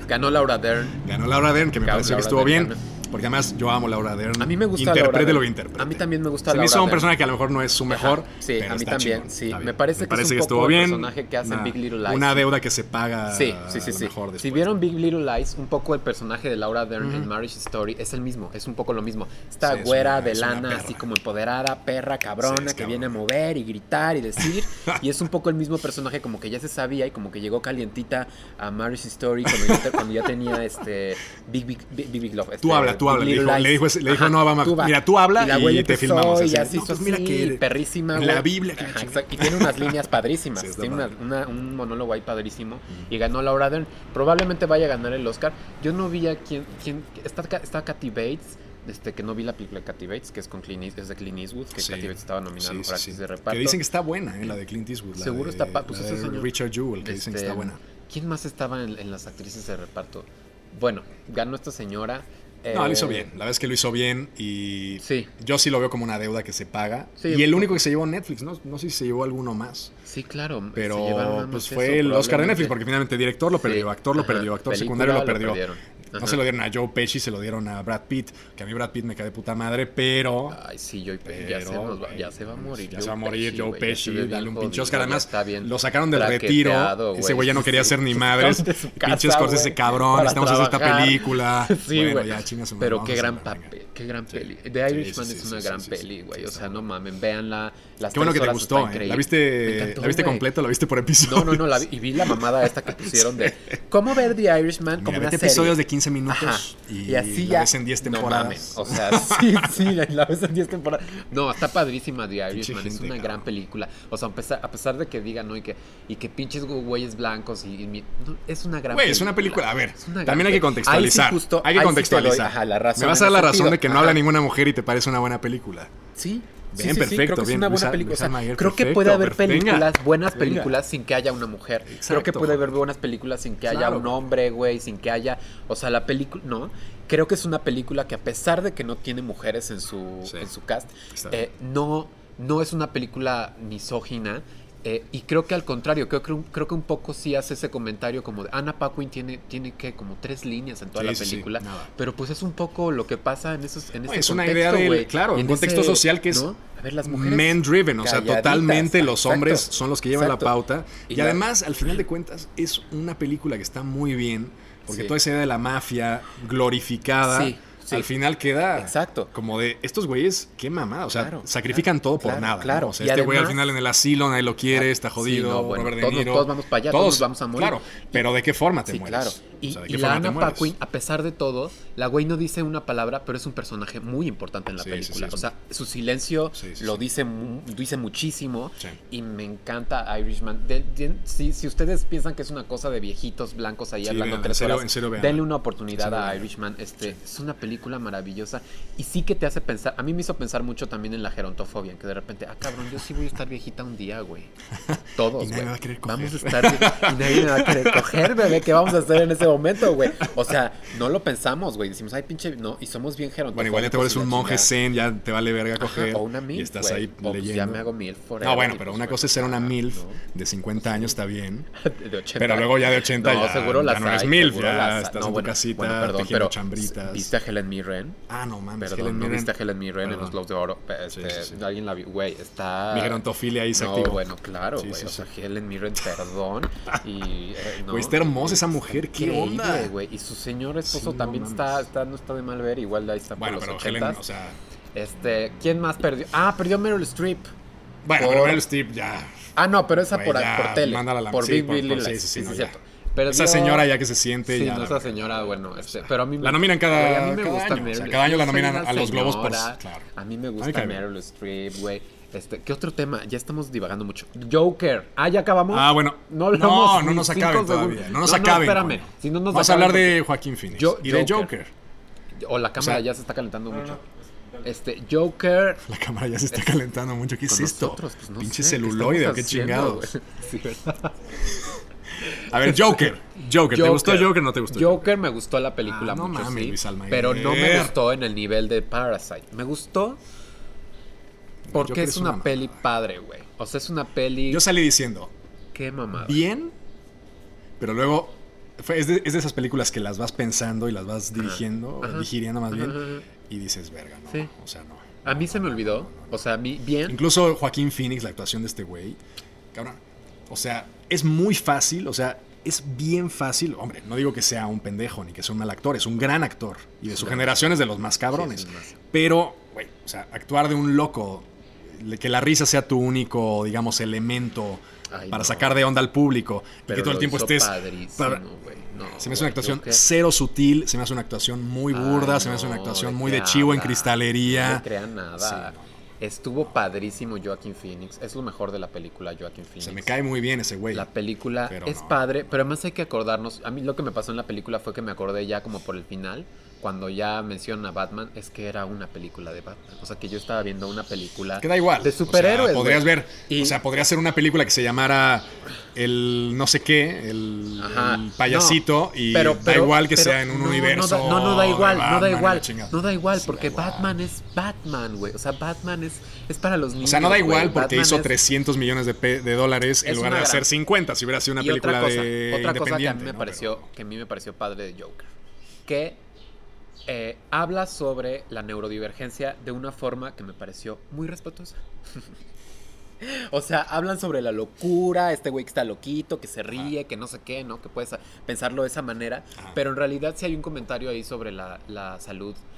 S1: Ganó Laura Dern.
S2: Ganó Laura Dern, que me
S1: Ganó
S2: parece
S1: Laura
S2: que estuvo
S1: Dern,
S2: bien. Porque además yo amo Laura Dern.
S1: A mí me gusta Laura
S2: Interprete
S1: Dern.
S2: lo que interprete.
S1: A mí también me gusta
S2: Se me
S1: Laura
S2: hizo un
S1: Dern.
S2: personaje que a lo mejor no es su mejor.
S1: Ajá, sí,
S2: pero
S1: a mí
S2: está
S1: también,
S2: chingón,
S1: sí.
S2: está bien.
S1: Me parece que es un poco
S2: estuvo
S1: el
S2: bien.
S1: personaje que hace en
S2: Una-
S1: Big Little Lies.
S2: Una deuda que se paga.
S1: Sí, sí,
S2: a
S1: sí,
S2: lo
S1: sí.
S2: mejor después,
S1: si vieron
S2: ¿no?
S1: Big Little Lies, un poco el personaje de Laura Dern
S2: Ujú.
S1: en Marriage Story es el mismo, es un poco lo mismo. Esta
S2: Sí, es
S1: güera
S2: una-
S1: de
S2: es una
S1: lana,
S2: perra.
S1: así como empoderada, perra,
S2: Sí,
S1: cabrona,
S2: es
S1: que
S2: cabrón.
S1: viene a mover y gritar y decir. y es un poco el mismo personaje, como que ya se sabía y como que llegó calientita a Marriage Story cuando ya, te- cuando ya tenía este Big Big, Big, Big Love.
S2: Tú
S1: este,
S2: hablas mira, tú habla. Le dijo, le dijo, ese- le dijo,
S1: Ajá,
S2: no, vamos,
S1: tú va.
S2: mira, tú habla
S1: la
S2: y,
S1: güey
S2: te
S1: empezó
S2: filmamos.
S1: Y
S2: así.
S1: así,
S2: No,
S1: hizo
S2: pues mira
S1: así,
S2: que
S1: perrísima,
S2: la
S1: güey.
S2: Biblia, que la
S1: Ajá,
S2: chingada.
S1: exacto. Y tiene unas líneas padrísimas.
S2: Sí, está
S1: tiene
S2: padre.
S1: una- una- un monólogo ahí padrísimo. Y ganó Laura Dern. Probablemente vaya a ganar el Oscar. Yo no vi a quién. quién está, Ca- está Kathy Bates. Este, que no vi la película de Kathy Bates, que es, con Clint, Eas- es de Clint Eastwood, que
S2: Sí.
S1: Kathy Bates estaba nominada
S2: Sí,
S1: por
S2: sí,
S1: actriz
S2: sí.
S1: de reparto.
S2: Que dicen que está buena, ¿eh? la de Clint Eastwood. la
S1: Seguro
S2: de-
S1: está pa- pues
S2: la
S1: ese
S2: de
S1: señor-
S2: Richard Jewell, que dicen que
S1: Este,
S2: está buena.
S1: ¿Quién más estaba en, en las actrices de reparto? Bueno, ganó esta señora.
S2: No,
S1: eh,
S2: lo hizo bien. La verdad es que lo hizo bien y
S1: Sí.
S2: yo sí lo veo como una deuda que se paga.
S1: Sí.
S2: y el único que se llevó Netflix, no, no sé si se llevó alguno más.
S1: Sí, claro. se llevaron
S2: Pero
S1: nada
S2: pues
S1: más
S2: fue
S1: eso,
S2: el Oscar de
S1: probablemente.
S2: Netflix, porque finalmente director lo
S1: Sí,
S2: perdió, actor lo
S1: ajá,
S2: perdió, actor
S1: película
S2: secundario lo perdió.
S1: perdieron, ajá.
S2: no se lo dieron a Joe Pesci, se lo dieron a Brad Pitt, que a mí Brad Pitt me cae de puta madre, pero...
S1: Ay, sí, Joe Pesci,
S2: pero,
S1: ya, se nos va,
S2: güey, pues,
S1: ya se va a morir.
S2: Ya se va a morir Joe
S1: güey, ya se
S2: Pesci,
S1: ve bien
S2: dale un pinche
S1: jodido,
S2: Oscar.
S1: ya
S2: Además,
S1: está bien
S2: lo sacaron del retiro.
S1: traqueteado,
S2: Ese güey ya no quería
S1: Sí,
S2: ser ni
S1: sí,
S2: madres.
S1: sacaron de su
S2: Pinche
S1: casa,
S2: Scorsese
S1: güey,
S2: cabrón,
S1: para
S2: estamos haciendo esta
S1: trabajar.
S2: película.
S1: Sí,
S2: bueno,
S1: güey.
S2: ya chingas su madre,
S1: Pero
S2: vamos
S1: qué
S2: a
S1: gran
S2: hacerla, venga.
S1: papel, qué gran
S2: Sí.
S1: peli.
S2: Sí,
S1: The Irishman
S2: sí, sí,
S1: es una
S2: sí,
S1: gran
S2: sí, sí,
S1: peli,
S2: sí,
S1: güey.
S2: sí,
S1: o
S2: sí,
S1: sea,
S2: sí.
S1: no mamen, véanla. Las
S2: Qué bueno que
S1: tres
S2: te
S1: horas este está
S2: gustó, ¿eh? ¿La
S1: increíble. Me
S2: viste,
S1: encantó,
S2: ¿la viste
S1: güey.
S2: completa? ¿La viste por episodio?
S1: No, no, no, la vi, y vi la mamada esta que pusieron de cómo ver The Irishman como
S2: Mira,
S1: una
S2: vete
S1: serie.
S2: episodios de 15 minutos
S1: Ajá.
S2: y, la ves en 10
S1: no
S2: temporadas.
S1: mames, o sea, sí, sí, la, la ves en 10 temporadas. No, está padrísima The
S2: Pinche
S1: Irishman. es
S2: gente,
S1: una gran
S2: cabrón.
S1: película. O sea, a pesar, a pesar de que digan, ¿no? Y que, y que pinches güeyes blancos y, y mi- no, es una gran
S2: Güey,
S1: película.
S2: es una película. A ver,
S1: Es una gran
S2: también hay que
S1: peli-
S2: contextualizar.
S1: Ahí sí justo-
S2: hay que
S1: ahí sí te
S2: contextualizar.
S1: doy, ajá, la razón
S2: Me vas a
S1: en
S2: dar la
S1: ese
S2: razón de
S1: sentido.
S2: que no
S1: Ajá.
S2: habla ninguna mujer y te parece una buena película.
S1: Sí. sí, sí,
S2: Bien,
S1: sí,
S2: perfecto,
S1: creo que
S2: bien,
S1: es una
S2: Luisa-
S1: buena película. O sea,
S2: Luisa Mayer,
S1: creo que
S2: perfecto,
S1: puede haber
S2: perfecto.
S1: películas, buenas
S2: Venga.
S1: películas sin que haya una mujer. Creo que
S2: Exacto.
S1: puede haber buenas películas sin que haya
S2: Claro,
S1: un
S2: güey.
S1: hombre, güey, sin que haya, o sea, la película, no. Creo que es una película que a pesar de que no tiene mujeres en su
S2: Sí.
S1: en su cast,
S2: Está
S1: eh, no no es una película misógina. eh, y creo que al contrario, creo que, un- creo que un poco sí hace ese comentario como de Anna Paquin tiene, tiene que como tres líneas en toda
S2: Sí,
S1: la
S2: sí, sí,
S1: película,
S2: nada.
S1: pero pues es un poco lo que pasa en esos en ese
S2: Güey, es una
S1: contexto,
S2: idea del-
S1: güey,
S2: claro,
S1: en
S2: un contexto
S1: ese-
S2: social que es
S1: ¿no? A ver, las mujeres
S2: Men driven, o sea,
S1: calladitas.
S2: totalmente los
S1: Exacto,
S2: hombres son los que llevan
S1: exacto.
S2: la pauta.
S1: Y
S2: Y,
S1: la-
S2: además, al final de cuentas, es una película que está muy bien, porque
S1: Sí.
S2: toda esa idea de la mafia glorificada,
S1: Sí, sí.
S2: al final queda
S1: Exacto.
S2: como de estos güeyes, qué mamada, o sea,
S1: Claro,
S2: sacrifican
S1: claro,
S2: todo por
S1: claro,
S2: nada. ¿no?
S1: claro.
S2: O sea,
S1: Y
S2: este güey al
S1: además-
S2: final en el asilo, nadie lo quiere, está
S1: Sí,
S2: jodido,
S1: no, bueno,
S2: Robert De
S1: todos-
S2: Niro.
S1: todos vamos para allá, todos nos vamos a morir.
S2: Claro, pero ¿de qué forma te
S1: Sí,
S2: mueres?
S1: claro.
S2: O
S1: Y,
S2: sea, ¿de
S1: y
S2: qué
S1: la
S2: forma te
S1: Ana
S2: mueres?
S1: Paquin, a pesar de todo, la güey no dice una palabra, pero es un personaje muy importante en la
S2: Sí, sí,
S1: película.
S2: sí, es
S1: o
S2: un-
S1: sea, su silencio
S2: Sí, sí,
S1: lo
S2: sí.
S1: dice mu- dice muchísimo.
S2: Sí.
S1: Y me encanta Irishman. De- de- si, si ustedes piensan que es una cosa de viejitos blancos ahí
S2: Sí,
S1: hablando
S2: vean,
S1: tres
S2: en serio,
S1: horas,
S2: en serio, vean.
S1: denle una
S2: En
S1: oportunidad
S2: serio,
S1: a
S2: vean.
S1: Irishman. Este, Es una película maravillosa. Y sí que te hace pensar. A mí me hizo pensar mucho también en la gerontofobia, en que de repente, ah, cabrón, yo sí voy a estar viejita un día, güey. Todos,
S2: Y nadie
S1: güey.
S2: me va a querer coger.
S1: Vamos a estar bien- y nadie me va a querer coger, bebé. ¿Qué vamos a hacer en ese momento, güey? O sea, no lo pensamos, güey. Decimos, ay, pinche, no, y somos bien gerontofóbicos.
S2: Bueno, igual ya te vuelves
S1: y la
S2: un monje
S1: chingada.
S2: zen, ya te vale verga
S1: Ajá,
S2: coger.
S1: o una milf,
S2: y estás
S1: güey.
S2: ahí
S1: O, pues,
S2: leyendo.
S1: ya me hago milf forever,
S2: No, bueno,
S1: y
S2: pero
S1: pues,
S2: una
S1: güey,
S2: cosa es ser una
S1: ya,
S2: milf
S1: ¿no?
S2: de 50 años, está bien.
S1: De 80.
S2: Pero luego ya de 80
S1: no,
S2: ya-
S1: seguro
S2: ya
S1: las
S2: no eres
S1: hay,
S2: milf,
S1: seguro
S2: ya
S1: las hay.
S2: estás en tu casita tejiendo chambritas.
S1: ¿Viste a Helen Mirren?
S2: Ah, no mames,
S1: Perdón,
S2: Helen
S1: no
S2: Mirren.
S1: viste a Helen Mirren en
S2: Perdón.
S1: los Globos de Oro.
S2: Sí,
S1: Este,
S2: sí, sí.
S1: Alguien la vio, güey, está...
S2: Mi gerontofilia ahí se
S1: no,
S2: activó.
S1: bueno, claro,
S2: Sí,
S1: güey.
S2: sí,
S1: o
S2: sí.
S1: sea, Helen Mirren, perdón. y, eh, no,
S2: Güey, Pues está hermosa esa
S1: está
S2: mujer, ¿qué
S1: increíble,
S2: onda?
S1: güey. Y su señor esposo
S2: Sí, no
S1: también está,
S2: mames.
S1: está, no está de mal ver, igual ahí está
S2: Bueno,
S1: por
S2: pero
S1: los
S2: Helen,
S1: 80s.
S2: o sea.
S1: Este, ¿quién más perdió? Ah, perdió Meryl Streep.
S2: Bueno,
S1: Por-
S2: pero Meryl Streep ya.
S1: Ah, no, pero esa
S2: Güey,
S1: por,
S2: ya,
S1: por tele.
S2: mándala a la-
S1: por
S2: sí,
S1: Big
S2: por-
S1: Bill
S2: por-
S1: Lights,
S2: sí, sí, sí, no, ya.
S1: Perdió-
S2: Esa señora ya que se siente.
S1: Sí,
S2: ya
S1: no,
S2: la
S1: esa
S2: verga.
S1: señora, bueno, este, pero a mí
S2: La nominan cada-
S1: Güey, a mí me
S2: cada
S1: gusta
S2: año, o sea,
S1: Meryl
S2: cada año la
S1: Streep,
S2: nominan
S1: soy
S2: a los
S1: una
S2: Globos por-
S1: señora.
S2: claro.
S1: A mí me
S2: A mí
S1: gusta
S2: cae bien.
S1: Meryl Streep, güey. Este, ¿qué otro tema? Ya estamos divagando mucho. Joker. Ah, ya acabamos.
S2: Ah, bueno.
S1: No,
S2: No,
S1: hablamos
S2: no,
S1: ni
S2: nos
S1: cinco
S2: acaben
S1: segundos.
S2: todavía. No nos acaben.
S1: espérame.
S2: coño.
S1: Si no nos
S2: Vamos a
S1: acaban
S2: hablar de Joaquín Phoenix.
S1: Yo-
S2: y de
S1: Joker.
S2: Joker.
S1: porque- O la cámara
S2: o sea-
S1: ya se está calentando mucho. Este, Joker.
S2: La cámara ya se está calentando mucho. ¿Qué es
S1: con
S2: esto?
S1: nosotros, pues, no
S2: Pinche
S1: sé, ¿qué
S2: celuloide,
S1: estamos
S2: qué
S1: haciendo,
S2: chingados.
S1: güey? Sí, ¿verdad?
S2: A ver, Joker. Joker. ¿Te gustó Joker o no te gustó
S1: Joker? me gustó la película
S2: Ah, no
S1: mucho,
S2: mames,
S1: sí,
S2: Luis Almaguer.
S1: pero no me gustó en el nivel de Parasite. Me gustó porque
S2: Joker
S1: es
S2: es
S1: una
S2: una
S1: peli padre, güey. O sea, es una peli
S2: Yo salí diciendo,
S1: qué mamada.
S2: bien, pero luego fue- es, de, es de esas películas que las vas pensando y las vas dirigiendo,
S1: Ajá.
S2: digiriendo más bien,
S1: Ajá, ajá.
S2: y dices, verga, no,
S1: Sí.
S2: o sea, no.
S1: A mí se me olvidó, o sea, a mí bien.
S2: Incluso Joaquín Phoenix, la actuación de este güey, cabrón, o sea, es muy fácil, o sea, es bien fácil, hombre, no digo que sea un pendejo ni que sea un mal actor, es un gran actor, y de su
S1: Claro.
S2: generación es de los más cabrones,
S1: Sí, es un más-
S2: pero, güey, o sea, actuar de un loco le- que la risa sea tu único, digamos, elemento
S1: Ay,
S2: para
S1: no.
S2: sacar de onda al público. y
S1: Pero
S2: que todo el
S1: lo
S2: tiempo
S1: hizo
S2: estés.
S1: padrísimo,
S2: para-
S1: güey. No,
S2: se me hace una
S1: güey, yo
S2: actuación
S1: qué-
S2: cero sutil, se me hace una actuación muy burda,
S1: Ay,
S2: se me hace una
S1: no,
S2: actuación
S1: ¿de
S2: muy
S1: qué
S2: de chivo en
S1: habla?
S2: cristalería.
S1: No crean nada.
S2: Sí, no, no.
S1: Estuvo padrísimo Joaquin Phoenix. Es lo mejor de la película Joaquin Phoenix.
S2: Se me cae muy bien ese güey.
S1: La película
S2: Pero
S1: es
S2: no.
S1: padre, pero además hay que acordarnos. A mí lo que me pasó en la película fue que me acordé ya como por el final, cuando ya mencionan a Batman, es que era una película de Batman. O sea que yo estaba viendo una película
S2: Que da igual.
S1: de
S2: o sea,
S1: superhéroes.
S2: podrías
S1: güey.
S2: ver.
S1: Y-
S2: O sea, podría ser una película que se llamara El no sé qué, El,
S1: Ajá,
S2: el payasito.
S1: no,
S2: y
S1: pero-
S2: da
S1: pero-
S2: igual que
S1: pero
S2: sea en un
S1: no, no da-
S2: universo.
S1: No, no da
S2: de
S1: igual, no da
S2: Batman y la
S1: igual.
S2: chingada.
S1: No da igual,
S2: Sí, da
S1: porque
S2: igual.
S1: Batman es Batman, güey. O sea, Batman es, es para los niños.
S2: O sea, no da
S1: güey.
S2: igual porque
S1: Batman
S2: hizo
S1: es-
S2: 300 millones de, pe- de dólares en
S1: Es
S2: lugar
S1: una
S2: de hacer
S1: gran-
S2: 50 si hubiera sido una
S1: y
S2: película
S1: otra cosa,
S2: de
S1: otra cosa que a mí
S2: independiente,
S1: me
S2: ¿no?
S1: pareció que a mí me pareció padre de Joker que eh, habla sobre la neurodivergencia de una forma que me pareció muy respetuosa O sea, hablan sobre la locura, este güey que está loquito, que se ríe, que no sé qué, ¿no? Que puedes pensarlo de esa manera.
S2: Ajá.
S1: Pero en realidad sí hay un comentario ahí sobre la, la salud.
S2: Pero-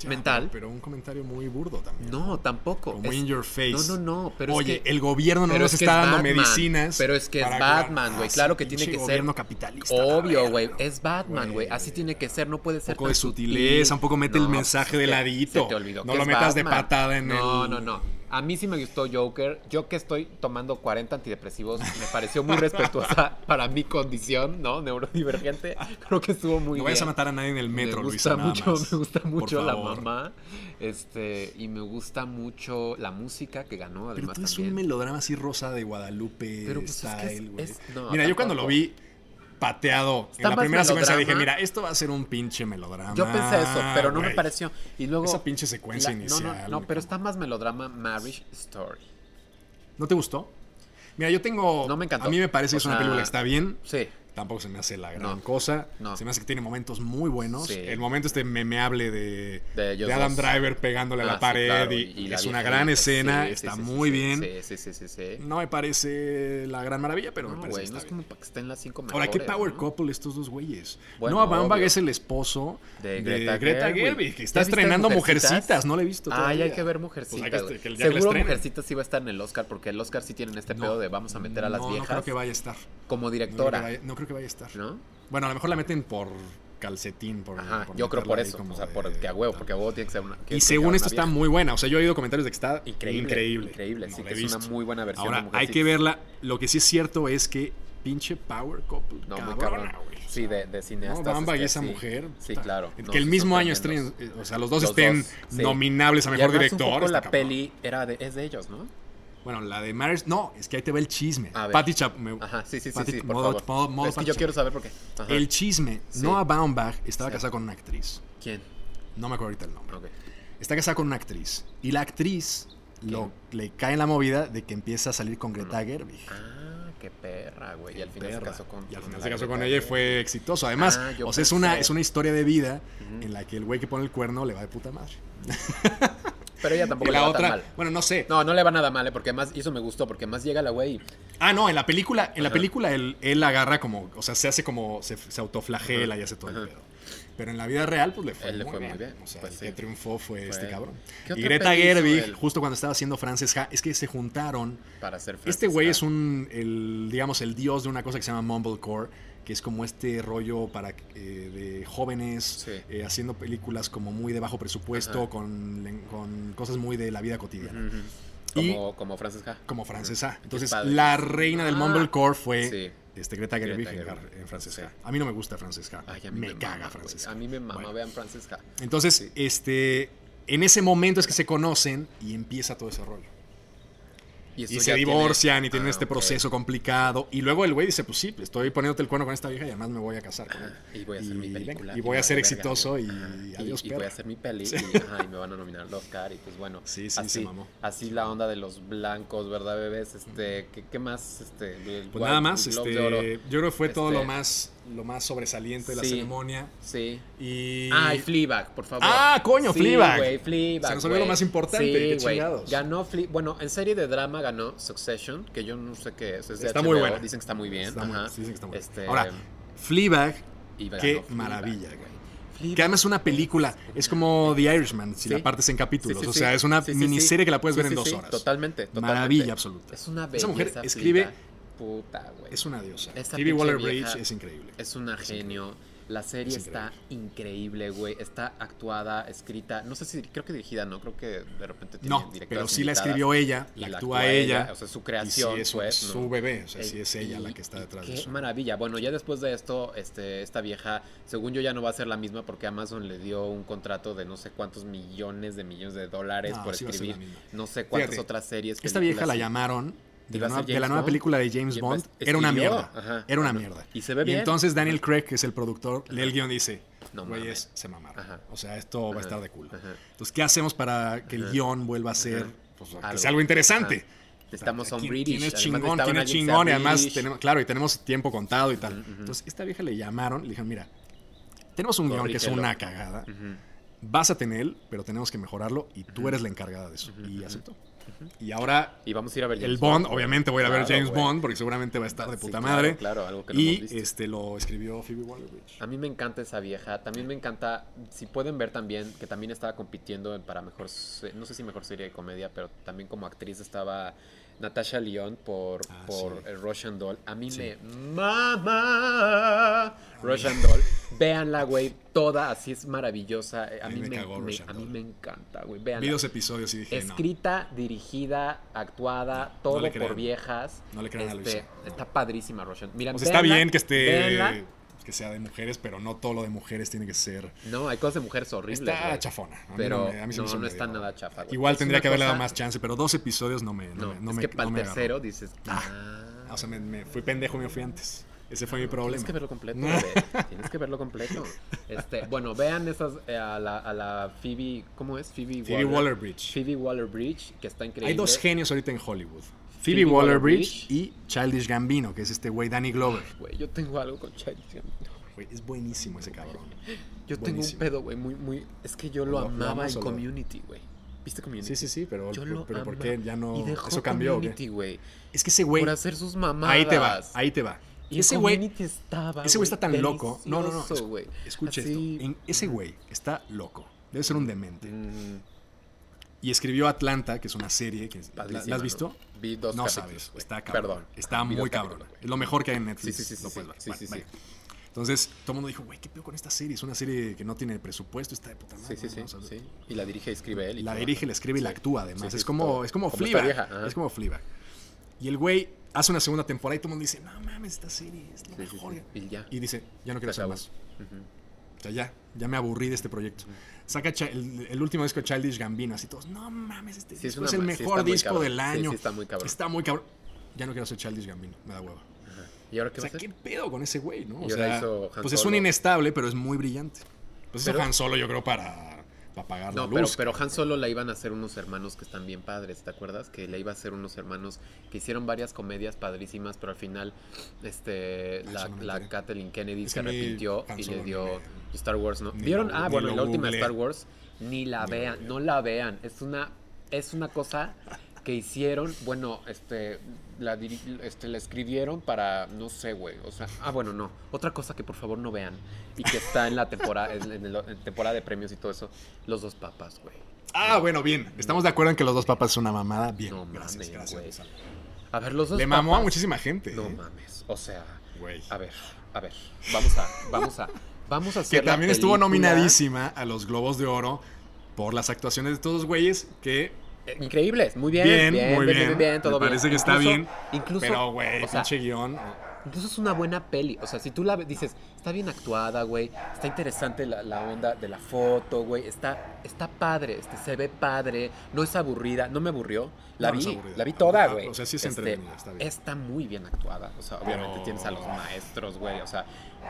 S2: Ya,
S1: mental.
S2: Pero, pero un comentario muy burdo también.
S1: No, tampoco.
S2: Como
S1: Es-
S2: in your face.
S1: No, no, no. Pero es
S2: Oye,
S1: que-
S2: el gobierno no
S1: pero
S2: nos
S1: es que
S2: está
S1: es
S2: dando
S1: Batman,
S2: medicinas.
S1: pero es que es
S2: para
S1: Batman,
S2: curar.
S1: güey,
S2: Ah,
S1: claro que
S2: sí,
S1: tiene
S2: pinche
S1: que ser
S2: gobierno capitalista. la
S1: Obvio,
S2: verga,
S1: güey.
S2: ¿no?
S1: Es Batman, güey. Así tiene que ser. No puede ser.
S2: poco de
S1: tan sutil.
S2: sutileza, un poco mete el mensaje
S1: pues,
S2: de
S1: se-
S2: ladito.
S1: se te olvidó
S2: No
S1: que
S2: lo
S1: es
S2: metas de
S1: Batman.
S2: patada en
S1: no,
S2: el-
S1: No, no, A mí sí me gustó Joker. Yo que estoy tomando 40 antidepresivos, me pareció muy respetuosa para mi condición, ¿no? Neurodivergente. Creo que estuvo muy
S2: No
S1: bien.
S2: vayas a matar a nadie en el metro,
S1: me gusta
S2: Luisa, nada
S1: mucho,
S2: más.
S1: me gusta
S2: Por
S1: mucho la
S2: favor.
S1: mamá. Este, y me gusta mucho la música que ganó
S2: Pero
S1: además
S2: tú es
S1: también.
S2: un melodrama así rosa de Guadalupe
S1: Pero, pues, es que es-
S2: style, güey.
S1: es- no,
S2: mira, yo cuando
S1: tampoco.
S2: lo vi pateado en
S1: Está
S2: la
S1: más
S2: primera secuencia
S1: melodrama.
S2: dije, mira, esto va a ser un pinche melodrama.
S1: Yo pensé eso, pero no me
S2: güey.
S1: pareció. Y luego
S2: Esa pinche secuencia
S1: no,
S2: inicial.
S1: No, no,
S2: güey,
S1: pero
S2: como-
S1: está más melodrama Marriage Story.
S2: ¿No te gustó? Mira, yo tengo...
S1: No me encantó.
S2: A mí me parece que
S1: O
S2: es una
S1: sea,
S2: película que está bien.
S1: Sí.
S2: Tampoco se me hace la gran
S1: No,
S2: cosa.
S1: no.
S2: Se me hace que tiene momentos muy buenos.
S1: Sí.
S2: El momento este memeable de,
S1: De ellos
S2: Adam
S1: dos.
S2: Driver pegándole a
S1: Ah,
S2: la
S1: sí,
S2: pared.
S1: claro,
S2: y,
S1: y la
S2: es una
S1: viejita,
S2: gran
S1: sí,
S2: escena.
S1: sí,
S2: está
S1: sí, sí,
S2: muy
S1: sí,
S2: bien.
S1: Sí, sí, sí, sí. sí.
S2: No me parece la gran maravilla, pero me
S1: No,
S2: parece
S1: güey,
S2: que
S1: no es
S2: está bien.
S1: como para que estén las cinco mejores.
S2: Ahora, ¿qué power
S1: ¿no?
S2: couple estos dos güeyes?
S1: Bueno,
S2: Noah Baumbach
S1: obvio.
S2: es el esposo
S1: De
S2: de
S1: Greta
S2: Greta,
S1: Gerwig.
S2: Gerwig,
S1: ¿Ya
S2: que está
S1: viste
S2: estrenando
S1: Mujercitas?
S2: Mujercitas? No le he visto
S1: Ay,
S2: todavía.
S1: hay que ver Mujercitas.
S2: Pues hay que-
S1: güey.
S2: que ya que la
S1: Seguro
S2: estrenen.
S1: Mujercitas sí va a estar en el Oscar, porque el Oscar sí tienen este
S2: No,
S1: pedo de vamos a meter a las
S2: no,
S1: viejas
S2: No creo que vaya a estar.
S1: como
S2: No creo, que
S1: directora,
S2: vaya, no creo que vaya a estar.
S1: ¿no?
S2: Bueno, a lo mejor la meten por calcetín. Por,
S1: Ajá,
S2: por
S1: yo creo
S2: meterla
S1: por
S2: ahí
S1: eso,
S2: como
S1: o sea,
S2: de-
S1: por que a huevo, porque a huevo tiene que ser una tiene que
S2: Y
S1: ser
S2: según
S1: una
S2: esto está
S1: vieja.
S2: muy buena. O sea, yo he oído comentarios de que está increíble.
S1: increíble, increíble,
S2: Increíble,
S1: sí
S2: No
S1: que
S2: la he
S1: es una
S2: visto.
S1: muy buena versión de
S2: Ahora, hay
S1: Mujercitas.
S2: que verla. Lo que sí es cierto es que pinche power couple.
S1: No, muy
S2: cabrona,
S1: cabrón.
S2: güey. O
S1: Sí,
S2: sea,
S1: de, de cineastas.
S2: No, Bamba
S1: es
S2: y
S1: que
S2: esa
S1: sí.
S2: mujer.
S1: Sí,
S2: puta.
S1: claro.
S2: Que
S1: no,
S2: el
S1: sí
S2: mismo
S1: son
S2: año
S1: tremendos.
S2: estrenen, eh, o sea, los dos
S1: Los
S2: estén
S1: dos, sí.
S2: nominables a
S1: Y
S2: mejor
S1: además un
S2: director.
S1: poco
S2: está
S1: la
S2: cabrón.
S1: peli era de, es de ellos, ¿no?
S2: Bueno, la de Marriage, no, es que ahí te va el chisme.
S1: A ver.
S2: Patty Chap- me-
S1: Ajá, sí, sí, sí,
S2: Patty-
S1: sí, por
S2: modo-
S1: favor.
S2: modo- modo
S1: es que
S2: Patty
S1: yo
S2: Chap-
S1: quiero saber por qué. Ajá.
S2: El chisme.
S1: Sí.
S2: Noah Baumbach estaba
S1: Sí.
S2: casada con una actriz.
S1: ¿Quién?
S2: No me acuerdo ahorita el nombre.
S1: Ok.
S2: Está casada con una actriz. Y la actriz lo, le cae en la movida de que empieza a salir con Greta Gerwig.
S1: Ah, qué perra, güey. Y al final se
S2: Perra.
S1: casó con
S2: Y al final
S1: la
S2: se casó con
S1: Greta
S2: ella y
S1: Gerwig.
S2: fue exitoso. Además,
S1: Ah, yo
S2: o sea, es una,
S1: pensé.
S2: es una historia de vida
S1: Ujú.
S2: en la que el güey que pone el cuerno le va de puta madre.
S1: Pero ella
S2: Y
S1: tampoco le
S2: la
S1: va tan
S2: otra,
S1: mal.
S2: bueno, no sé.
S1: No, no le va nada mal, ¿eh? porque más, y eso me gustó, porque más llega la güey. y-
S2: Ah, no, en la película, en la
S1: Ajá.
S2: película él, él agarra como, o sea, se hace como, se, se autoflagela
S1: Ajá.
S2: y hace todo
S1: Ajá.
S2: el pedo. Pero en la vida real, pues le fue,
S1: Él le
S2: muy,
S1: fue muy
S2: bien.
S1: bien,
S2: O sea,
S1: pues
S2: el
S1: sí.
S2: que triunfó fue, este cabrón.
S1: ¿Qué otra
S2: Y Greta
S1: peli hizo
S2: Gerwig,
S1: él?
S2: justo cuando estaba haciendo Frances Ha, es que se juntaron.
S1: Para ser
S2: Este güey es
S1: Francisca.
S2: un, el, digamos, el dios de una cosa que se llama Mumblecore, que es como este rollo para eh, de jóvenes
S1: Sí.
S2: eh, haciendo películas como muy de bajo presupuesto,
S1: Ajá.
S2: con, len- con cosas muy de la vida cotidiana.
S1: Ujú.
S2: Y-
S1: Como, como Francesca.
S2: como francesa. Entonces,
S1: padre.
S2: la reina del
S1: Ah.
S2: Mumblecore fue
S1: Sí.
S2: este, Greta
S1: Greta
S2: Gerwig en,
S1: Gerwig.
S2: en francesa.
S1: Sí.
S2: A mí no me gusta francesa.
S1: Ay, a mí
S2: me,
S1: mama,
S2: caga
S1: güey.
S2: francesa.
S1: A mí me mama,
S2: Bueno.
S1: vean Francesca.
S2: Entonces,
S1: Sí.
S2: este, en ese momento es que se conocen y empieza todo ese rollo.
S1: eso
S2: Y
S1: ya
S2: se
S1: tiene-
S2: divorcian y tienen
S1: Ah,
S2: este
S1: ok.
S2: proceso complicado. Y luego el güey dice, pues sí, estoy poniéndote el cuerno con esta vieja y además me voy a casar con ella. Pues
S1: Y voy a hacer mi
S2: venga,
S1: película.
S2: Y voy a
S1: me
S2: ser
S1: vale verga,
S2: exitoso
S1: güey.
S2: y
S1: Ajá,
S2: adiós,
S1: y, voy a
S2: perra.
S1: hacer mi peli y, ajá, y me van a nominar al Oscar. Y pues bueno,
S2: Sí, sí, se
S1: así,
S2: mamó.
S1: así la onda de los blancos, ¿verdad, bebés? Este, ¿qué, qué más? Este, el
S2: Pues
S1: Glo-
S2: nada más,
S1: el Globo
S2: este,
S1: de Oro.
S2: yo creo que fue todo
S1: Este-
S2: lo más, lo más sobresaliente de la
S1: Sí.
S2: ceremonia.
S1: Sí.
S2: Y...
S1: Ah, y Fleabag, por favor.
S2: Ah, coño, Fleabag.
S1: güey, Fleabag,
S2: Se nos olvidó
S1: güey.
S2: lo más importante,
S1: Sí,
S2: qué
S1: güey.
S2: chingados.
S1: Ganó Fle bueno, en serie de drama ganó Succession, que yo no sé qué es. es de
S2: Está
S1: HBO,
S2: muy buena.
S1: Dicen que está muy bien.
S2: Está
S1: ajá.
S2: muy- sí, dicen que está muy bien.
S1: Este,
S2: Ahora, Fleabag,
S1: y ganó
S2: qué
S1: Fleabag,
S2: maravilla,
S1: güey.
S2: güey.
S1: Flip.
S2: Que además es una película, es como The Irishman, si
S1: Sí.
S2: la partes en capítulos.
S1: Sí, sí,
S2: o
S1: sí.
S2: sea, es una
S1: Sí, sí, sí.
S2: miniserie que la puedes
S1: Sí,
S2: ver
S1: sí,
S2: en dos
S1: sí,
S2: horas.
S1: Totalmente, totalmente.
S2: Maravilla absoluta.
S1: Es una belleza.
S2: Esa mujer
S1: Frida.
S2: escribe-
S1: Puta, güey.
S2: Es una diosa.
S1: Esa
S2: Phoebe
S1: pinche
S2: Waller-Bridge
S1: vieja
S2: es increíble.
S1: Es una genio. La serie
S2: Es
S1: está increíble, güey. Está actuada, escrita. No sé si, creo que dirigida, ¿no? Creo que de repente tiene
S2: No, pero sí la escribió ella, la actúa ella.
S1: O sea, su
S2: y sí,
S1: creación,
S2: es su-
S1: pues. ¿no?
S2: su bebé, o sea, sí
S1: Eh,
S2: es ella
S1: y-
S2: la que está
S1: y
S2: detrás
S1: qué
S2: de eso.
S1: maravilla. Bueno, ya después de esto, este, esta vieja, según yo, ya no va a ser la misma porque Amazon le dio un contrato de no sé cuántos millones de millones de dólares
S2: No,
S1: por
S2: sí va a ser la
S1: escribir
S2: misma.
S1: no sé cuántas
S2: Fíjate,
S1: otras series.
S2: Esta vieja la
S1: películas,
S2: llamaron de
S1: ¿Iba
S2: la,
S1: a ser
S2: nueva, de
S1: James
S2: la nueva
S1: Bond?
S2: película de James
S1: Y
S2: Bond.
S1: pues,
S2: Era una
S1: escribió,
S2: mierda.
S1: ajá,
S2: era una
S1: ajá.
S2: mierda.
S1: Y se ve
S2: Y
S1: bien.
S2: entonces Daniel Craig, que es el productor, lee el guión y dice,
S1: No
S2: güeyes,
S1: mames.
S2: se mamaron.
S1: Ajá.
S2: O sea, esto va a
S1: Ajá,
S2: estar de culo.
S1: ajá.
S2: Entonces, ¿qué hacemos para que el guión vuelva a ser, pues, que
S1: Algo.
S2: sea algo interesante?
S1: Ajá. Necesitamos a un
S2: ¿Quién-
S1: British.
S2: ¿Quién es
S1: Además,
S2: chingón?
S1: necesitaban
S2: ¿Quién
S1: a
S2: es
S1: alguien que
S2: chingón? Y
S1: sea
S2: además,
S1: British.
S2: tenemos, claro, y tenemos tiempo contado y tal. Entonces, esta vieja le llamaron, le dijeron, mira, tenemos un guión que es
S1: Corrígelo.
S2: una cagada.
S1: Ujú.
S2: Vas a tener él, pero tenemos que mejorarlo y tú eres la encargada de eso. Y aceptó. Y ahora
S1: Y vamos a ir a ver
S2: el
S1: James
S2: Bond, obviamente voy a ir a ver
S1: Claro,
S2: James
S1: güey.
S2: Bond porque seguramente va a estar de
S1: Sí,
S2: puta
S1: claro,
S2: madre.
S1: claro, algo que no hemos
S2: y
S1: visto.
S2: este lo escribió Phoebe Waller-Bridge.
S1: A mí me encanta esa vieja. También me encanta, si pueden ver también, que también estaba compitiendo en- para mejor, se- no sé si mejor serie de comedia, pero también como actriz estaba Natasha Lyon por,
S2: Ah,
S1: por
S2: sí.
S1: eh, Russian Doll. A mí me mama Russian Doll. Véanla, güey, toda así es maravillosa. Eh, A,
S2: A mí
S1: mí,
S2: me
S1: me,
S2: cagó
S1: me-
S2: Russian
S1: a mí
S2: Doll.
S1: me encanta, güey.
S2: Vi
S1: Véanla.
S2: dos episodios y dije, no.
S1: Escrita, dirigida, actuada,
S2: no
S1: todo
S2: le crean.
S1: por viejas.
S2: No le crean a
S1: Este,
S2: Luisa, no.
S1: Está padrísima Russian. Mira,
S2: O sea, está
S1: véanla,
S2: bien que
S1: véanla.
S2: esté que sea de mujeres, pero no todo lo de mujeres tiene que ser.
S1: No, hay cosas de mujeres horribles.
S2: Está
S1: güey.
S2: chafona. A mí
S1: Pero
S2: me- a mí se me
S1: no,
S2: hizo
S1: no
S2: medio-
S1: está nada chafa, güey.
S2: Igual
S1: Es
S2: tendría
S1: una
S2: que haberle dado
S1: cosa-
S2: más chance, pero dos episodios no me. No,
S1: No,
S2: me- no
S1: es
S2: me-
S1: que para
S2: no
S1: el
S2: me agarró.
S1: tercero dices. Ah,
S2: O sea, me, me fui pendejo, me fui antes. Ese fue mi problema.
S1: Tienes que verlo completo, güey. Tienes que verlo completo. Este, bueno, vean esas eh, a, la, a la Phoebe, ¿cómo es? Phoebe,
S2: Phoebe Waller-Bridge.
S1: Phoebe Waller-Bridge, que está increíble.
S2: Hay dos genios ahorita en Hollywood.
S1: Phoebe
S2: Phoebe, Waller-Bridge
S1: Waller-Bridge
S2: y Childish Gambino, que es este güey Danny Glover.
S1: Güey, yo tengo algo con Childish Gambino.
S2: Güey, es buenísimo ese cabrón.
S1: Yo tengo un
S2: Buenísimo.
S1: pedo, güey, muy, muy. Es que yo lo,
S2: Lo- lo
S1: amaba
S2: amas
S1: en
S2: o lo-
S1: Community, güey. ¿Viste Community?
S2: Sí, sí, sí, pero,
S1: Yo
S2: pero,
S1: lo
S2: pero ¿por
S1: amaba.
S2: qué ya no?
S1: Y dejó
S2: Eso cambió. ¿o qué?
S1: Community, güey.
S2: Es que ese güey.
S1: Por hacer sus mamadas.
S2: Ahí te va, ahí te va.
S1: Y
S2: ese güey.
S1: Community estaba.
S2: Ese güey está tan loco. No, no, no.
S1: delicioso,
S2: escu-
S1: güey.
S2: Escucha
S1: Así-
S2: esto. En- ese güey está loco. Debe ser un demente.
S1: Mm,
S2: Y escribió Atlanta, que es una serie. Que, ¿la-
S1: padrísima,
S2: ¿La has
S1: ¿no?
S2: visto?
S1: Vi dos
S2: No
S1: capítulos,
S2: sabes,
S1: güey.
S2: está cabrón.
S1: Perdón.
S2: Está
S1: Vi dos
S2: muy
S1: capítulos,
S2: cabrón.
S1: güey.
S2: Es lo mejor que hay en Netflix.
S1: Sí, sí, sí,
S2: lo
S1: sí,
S2: puedes
S1: sí.
S2: ver.
S1: Sí, sí,
S2: Vale, vale.
S1: sí.
S2: Entonces, todo el mundo dijo, güey, ¿qué pedo con esta serie? Es una serie que no tiene presupuesto, está de puta madre.
S1: Sí, sí,
S2: ¿no?
S1: sí,
S2: O sea,
S1: sí. Y la dirige y escribe él. y
S2: La
S1: todo.
S2: dirige, la escribe y la
S1: Sí.
S2: actúa, además.
S1: Sí, sí,
S2: es como,
S1: todo.
S2: es como
S1: Como
S2: Fleabag.
S1: esta vieja, ajá.
S2: Es como Fleabag. Y el güey hace una segunda temporada y todo el mundo dice, no mames, esta serie es la
S1: Sí, sí, sí.
S2: mejor.
S1: Y ya.
S2: Y dice, ya no quiero
S1: Se
S2: hacer
S1: acabó.
S2: más. O sea, ya, ya me aburrí de este proyecto. Saca Chi- el, el último disco de Childish Gambino, así todos, no mames, este
S1: Sí, es
S2: disco
S1: una
S2: es, el
S1: ma- sí
S2: mejor
S1: está muy
S2: disco
S1: cabrón.
S2: del
S1: Sí,
S2: año.
S1: sí, está muy cabrón.
S2: Está muy cabrón. Ya no quiero ser Childish Gambino, me da hueva.
S1: ¿Y ahora qué
S2: O
S1: va a
S2: sea,
S1: hacer?
S2: ¿qué pedo con ese güey, no? O
S1: Y ahora
S2: sea,
S1: hizo Han
S2: pues es un
S1: Solo.
S2: inestable, pero es muy brillante. Pues hizo
S1: Pero-
S2: Han Solo, yo creo, para, para pagar
S1: No,
S2: la
S1: pero,
S2: luz.
S1: pero Han Solo la iban a hacer unos hermanos que están bien padres, ¿te acuerdas? Que la iba a hacer unos hermanos que hicieron varias comedias padrísimas, pero al final este
S2: Ah,
S1: la,
S2: eso no me
S1: la
S2: enteré.
S1: Kathleen Kennedy
S2: Es
S1: se
S2: que a mí
S1: arrepintió
S2: Han
S1: y
S2: Solo
S1: le
S2: ni
S1: dio
S2: me-
S1: Star Wars, ¿no?
S2: ni
S1: ¿Vieron?
S2: lo-
S1: Ah,
S2: ni
S1: bueno,
S2: lo
S1: la última
S2: googleé.
S1: Star Wars ni la
S2: Ni lo
S1: vean,
S2: googleé.
S1: no la vean, es una es una cosa que hicieron, bueno, este la diri- este la escribieron para no sé, güey, o sea, ah, bueno, no. Otra cosa que por favor no vean y que está en la temporada en, en el- en temporada de premios y todo eso, Los dos papas, güey.
S2: Ah, bueno, bien. Estamos de acuerdo en que los dos papas es una mamada. Bien,
S1: No
S2: gracias,
S1: mames,
S2: gracias.
S1: güey.
S2: Gonzalo.
S1: A ver, los dos.
S2: Le mamó a
S1: papas.
S2: muchísima gente.
S1: No
S2: eh.
S1: mames. O sea,
S2: Güey.
S1: a ver, a ver. Vamos a, vamos a, vamos a hacer.
S2: Que
S1: la
S2: también estuvo
S1: película,
S2: nominadísima a los Globos de Oro por las actuaciones de todos los güeyes que...
S1: eh, Increíbles, muy bien.
S2: Bien,
S1: Bien,
S2: muy
S1: muy bien.
S2: bien.
S1: Bien,
S2: Me
S1: todo bien.
S2: parece que está bien,
S1: Incluso.
S2: pero, güey,
S1: o sea,
S2: pinche guión.
S1: incluso es una buena peli. O sea, si tú la ves, dices, está bien actuada, güey. Está interesante la, la onda de la foto, güey. Está, está padre, este, se ve padre. No es aburrida, no me aburrió. La
S2: No, no es
S1: vi,
S2: aburrida.
S1: la vi toda,
S2: Ah,
S1: güey. Este,
S2: o sea, sí es entretenida, está bien. Oh.
S1: muy bien actuada. O sea, obviamente
S2: Pero-
S1: tienes a los maestros, güey. O sea,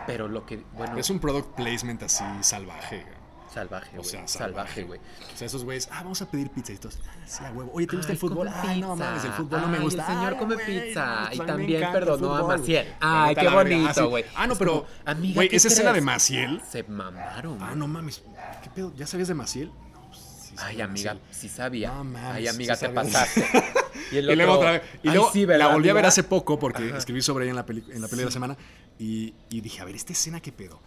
S1: pero lo que, bueno,
S2: Es un product placement así salvaje. güey.
S1: salvaje,
S2: O
S1: güey.
S2: sea,
S1: salvaje, güey.
S2: O sea, esos güeyes, ah, vamos a pedir pizza. Y todos, ah, sí, a huevo. Oye, ¿te gusta el
S1: Ay, come
S2: fútbol? Ay, no
S1: pizza.
S2: mames, el fútbol no
S1: Ay,
S2: me
S1: el
S2: gusta.
S1: señor
S2: Ay,
S1: come
S2: güey,
S1: pizza. Y
S2: pues, a mí me
S1: también
S2: encanta el
S1: perdonó a
S2: fútbol,
S1: Maciel.
S2: güey.
S1: Ay,
S2: Puta
S1: qué
S2: la verga. Ah, sí.
S1: bonito, güey.
S2: Ah, no,
S1: Es
S2: pero,
S1: como, amiga,
S2: güey,
S1: ¿qué
S2: esa escena de
S1: crees?
S2: Maciel.
S1: Se mamaron.
S2: Ah,
S1: güey.
S2: no mames, ¿qué pedo? ¿Ya sabías de Maciel? No, pues, sí sabía
S1: Ay,
S2: de
S1: amiga,
S2: Maciel.
S1: sí sabía.
S2: No mames,
S1: Ay,
S2: sí
S1: amiga, te
S2: sabía.
S1: pasaste. Y, el
S2: Y luego,
S1: otro,
S2: otra vez- y
S1: ay,
S2: luego
S1: sí,
S2: la
S1: ¿verdad,
S2: volví a ver
S1: amiga?
S2: hace poco porque
S1: Ajá.
S2: escribí sobre ella en la, peli- en la peli de la
S1: Sí.
S2: semana y, y dije, a ver, ¿esta escena qué pedo?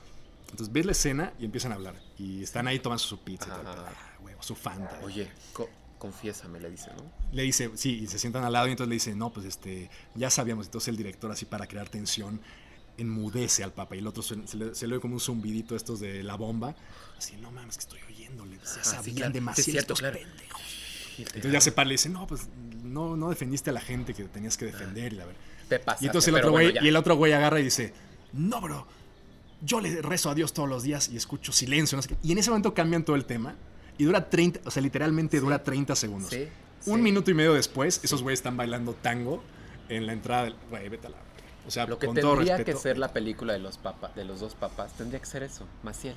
S2: Entonces ves la escena y empiezan a hablar. Y están ahí tomando su pizza y
S1: Ajá.
S2: tal. Ah, huevo, su fanta. güey.
S1: Oye, co- confiésame, le dice, ¿no?
S2: Le dice, sí, y se sientan al lado y entonces le dice, no, pues este, ya sabíamos. Entonces el director, así para crear tensión, enmudece al papa. Y el otro se, se le, se le oye como un zumbidito estos de la bomba. Así, no mames, que estoy oyéndole. pues, ya
S1: Ajá, sí,
S2: sabían
S1: claro. Sí,
S2: demasiado
S1: es cierto,
S2: estos
S1: claro.
S2: pendejos. Entonces ya se para y le dice, no, pues no, no defendiste a la gente que tenías que defender. Y, la verdad.
S1: Te pasaste,
S2: y entonces el otro,
S1: pero
S2: güey,
S1: bueno, ya.
S2: y el otro güey agarra y dice, no, bro, yo le rezo a Dios todos los días y escucho silencio. no sé qué. Y en ese momento cambian todo el tema y dura 30, o sea, literalmente dura 30 segundos.
S1: Sí,
S2: Un
S1: sí.
S2: minuto y medio después, esos güeyes están bailando tango en la entrada del... Güey, vete a la... O sea,
S1: Lo que
S2: con todo
S1: tendría
S2: respeto,
S1: que ser la película de los papas, de los dos papas, tendría que ser eso, Maciel.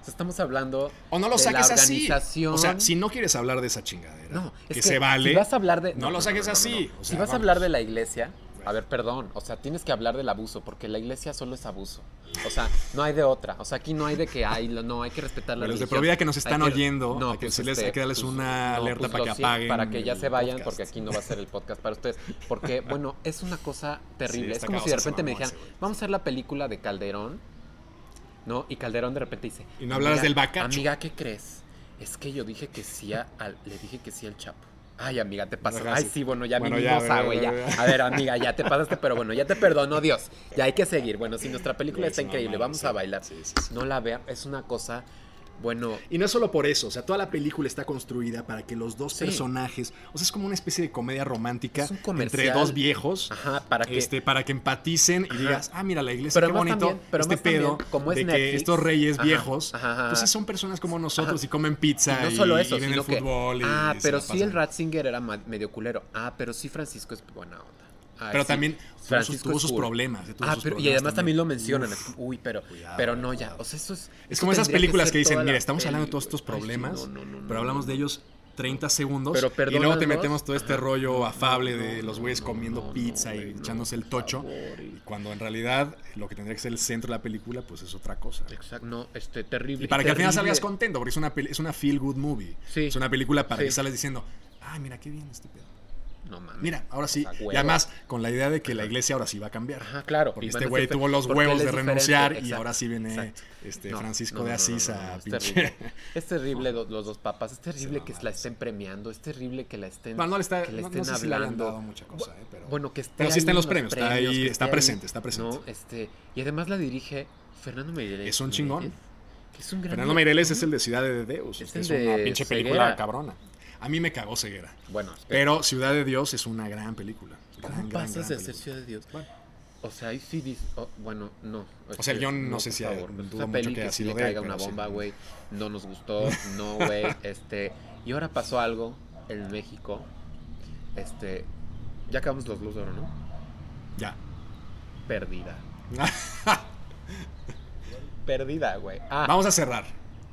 S1: O sea, estamos hablando
S2: O no lo
S1: de
S2: saques
S1: la
S2: así.
S1: organización.
S2: O sea, si no quieres hablar de esa chingadera,
S1: No,
S2: que,
S1: es que,
S2: se vale,
S1: Si vas a hablar de.
S2: no, lo saques así.
S1: no.
S2: O
S1: si
S2: sea,
S1: vas a
S2: vamos.
S1: hablar de la iglesia, a
S2: Bueno.
S1: ver, perdón. O sea, tienes que hablar del abuso, porque la iglesia solo es abuso. O sea, no hay de otra. O sea, aquí no hay de que hay, no, hay que respetar la
S2: Pero los de
S1: religión.
S2: Provida que nos
S1: Hay pues,
S2: están oyendo, hay que
S1: este,
S2: decirles- hay que darles una alerta para
S1: lo
S2: que
S1: siento,
S2: apaguen
S1: Para que ya
S2: el
S1: se vayan,
S2: podcast.
S1: porque aquí no va a ser el podcast para ustedes. Porque, bueno, es una cosa terrible. es
S2: está
S1: como
S2: cabrón,
S1: si de
S2: se
S1: repente me
S2: mamó ese
S1: dijeran,
S2: güey.
S1: vamos a hacer la película de Calderón, ¿no? Y Calderón de repente dice.
S2: Y no hablaras
S1: "Amiga,
S2: del bacacho".
S1: Amiga, ¿qué crees? Es que yo dije que sí a- al, le dije que sí al Chapo. Ay, amiga, te pasó.
S2: Bueno,
S1: Ay,
S2: sí.
S1: sí, bueno, ya
S2: Bueno,
S1: vinimos
S2: ya,
S1: a,
S2: bueno,
S1: güey,
S2: bueno,
S1: ya.
S2: ya.
S1: A ver, amiga, ya te pasaste, pero bueno, ya te perdono, Dios. Ya hay que seguir. Bueno, sí, nuestra película
S2: Güey,
S1: está
S2: es una
S1: increíble.
S2: mamada,
S1: Vamos
S2: sí.
S1: a bailar.
S2: Sí, sí, sí.
S1: No la vean. Es una cosa, bueno,
S2: Y no es solo por eso, o sea, toda la película está construida para que los dos
S1: Sí.
S2: personajes, o sea, es como una especie de comedia romántica
S1: Es un comercial.
S2: entre dos viejos.
S1: ajá, para que...
S2: Este, para que empaticen y
S1: Ajá.
S2: digas, ah, mira, la iglesia,
S1: Pero
S2: qué
S1: más
S2: bonito
S1: también- pero
S2: este
S1: más también,
S2: pedo
S1: como es
S2: de que
S1: Netflix,
S2: estos reyes
S1: ajá,
S2: viejos,
S1: ajá, ajá.
S2: pues sí, son personas como nosotros y comen pizza
S1: Y no
S2: y-
S1: solo
S2: y,
S1: eso,
S2: ven
S1: sino
S2: el
S1: que,
S2: fútbol. y
S1: ah,
S2: se
S1: pero
S2: la
S1: sí el
S2: pasan.
S1: Ratzinger era ma- medio culero. Ah, pero sí Francisco es buena onda. Ah,
S2: Pero
S1: sí,
S2: también tuvo sus-
S1: Francisco
S2: tuvo
S1: es
S2: sus
S1: cool.
S2: problemas, eh, tuvo
S1: ah,
S2: sus
S1: pero, y
S2: problemas
S1: además también
S2: también.
S1: lo mencionan.
S2: Uf.
S1: así, Uy, pero,
S2: Cuidado,
S1: pero no ya.
S2: cuidado.
S1: O sea, eso es.
S2: Es
S1: eso
S2: como esas
S1: tendría que
S2: películas
S1: ser
S2: que dicen,
S1: toda
S2: mira,
S1: la
S2: estamos hablando de
S1: peli,
S2: todos estos
S1: güey. Ay, sí,
S2: problemas,
S1: no, no, no, no,
S2: pero hablamos
S1: no,
S2: de
S1: no.
S2: ellos 30 segundos
S1: Pero
S2: y luego te
S1: perdónanos.
S2: metemos todo este rollo afable de
S1: no,
S2: los güeyes
S1: no,
S2: comiendo
S1: no, no,
S2: pizza y
S1: güey, no,
S2: echándose el
S1: por
S2: tocho.
S1: favor, y-
S2: Y cuando en realidad lo que tendría que ser el centro de la película, pues es otra cosa.
S1: Exacto, no, este, terrible.
S2: Y para que al final
S1: terrible.
S2: salgas contento, porque es una, peli- es una feel good movie.
S1: Sí.
S2: Es una película para
S1: Sí.
S2: que sales diciendo, ay, mira qué bien este pedo.
S1: No mames.
S2: Mira, ahora sí.
S1: O sea,
S2: Y
S1: huevo.
S2: además, con la idea de que la iglesia ahora sí va a cambiar.
S1: Ajá, claro.
S2: Porque
S1: y van
S2: este
S1: a
S2: güey
S1: ser fe-
S2: tuvo los
S1: porque
S2: huevos
S1: él
S2: de
S1: es diferente,
S2: renunciar y
S1: exacto,
S2: ahora sí viene
S1: exacto.
S2: este
S1: No,
S2: Francisco
S1: no, no,
S2: de
S1: no,
S2: Asís
S1: no, no,
S2: a
S1: es
S2: pinche.
S1: terrible. Es terrible los, los dos papas, es terrible que
S2: mamaron.
S1: la estén premiando, es terrible que la estén,
S2: Bueno, no le está-
S1: que la
S2: no- no
S1: estén
S2: sé si le hayan
S1: hablando.
S2: dado mucha cosa,
S1: Bu-
S2: eh, pero-
S1: bueno, que esté
S2: pero sí
S1: ahí
S2: está en los
S1: los
S2: premios, está
S1: premios,
S2: ahí,
S1: que
S2: está
S1: esté
S2: presente, está presente.
S1: No, este, y además la dirige Fernando Meireles.
S2: Es un chingón.
S1: Meireles, que es un gran
S2: Fernando Meireles es el de Ciudad de Deus.
S1: Es
S2: que Es,
S1: el
S2: una
S1: de
S2: pinche película
S1: Ceguera.
S2: cabrona. A mí me cagó ceguera.
S1: Bueno, pero
S2: Pero Ciudad de Dios es una gran película.
S1: ¿cómo
S2: Gran, gran,
S1: pasas
S2: gran
S1: de hacer
S2: película.
S1: Ciudad de Dios?
S2: Bueno.
S1: O sea, ahí sí dice, oh, bueno, no.
S2: O sea, el guión no sé
S1: por
S2: si ha-
S1: favor,
S2: dudo
S1: es una
S2: mucho
S1: peli
S2: que haya
S1: que si
S2: sido
S1: le
S2: de él,
S1: caiga
S2: pero
S1: una
S2: sí.
S1: bomba, güey, no nos gustó, no, güey, este, y ahora pasó algo en México, este, ya acabamos los Globos de Oro, ¿no?
S2: Ya.
S1: Perdida, perdida, güey. Ah,
S2: vamos a cerrar.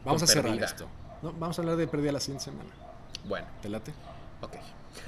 S2: Vamos a cerrar
S1: Perdida.
S2: esto. No, vamos a hablar de Perdida la siguiente semana.
S1: bueno,
S2: ¿Te late?
S1: ok.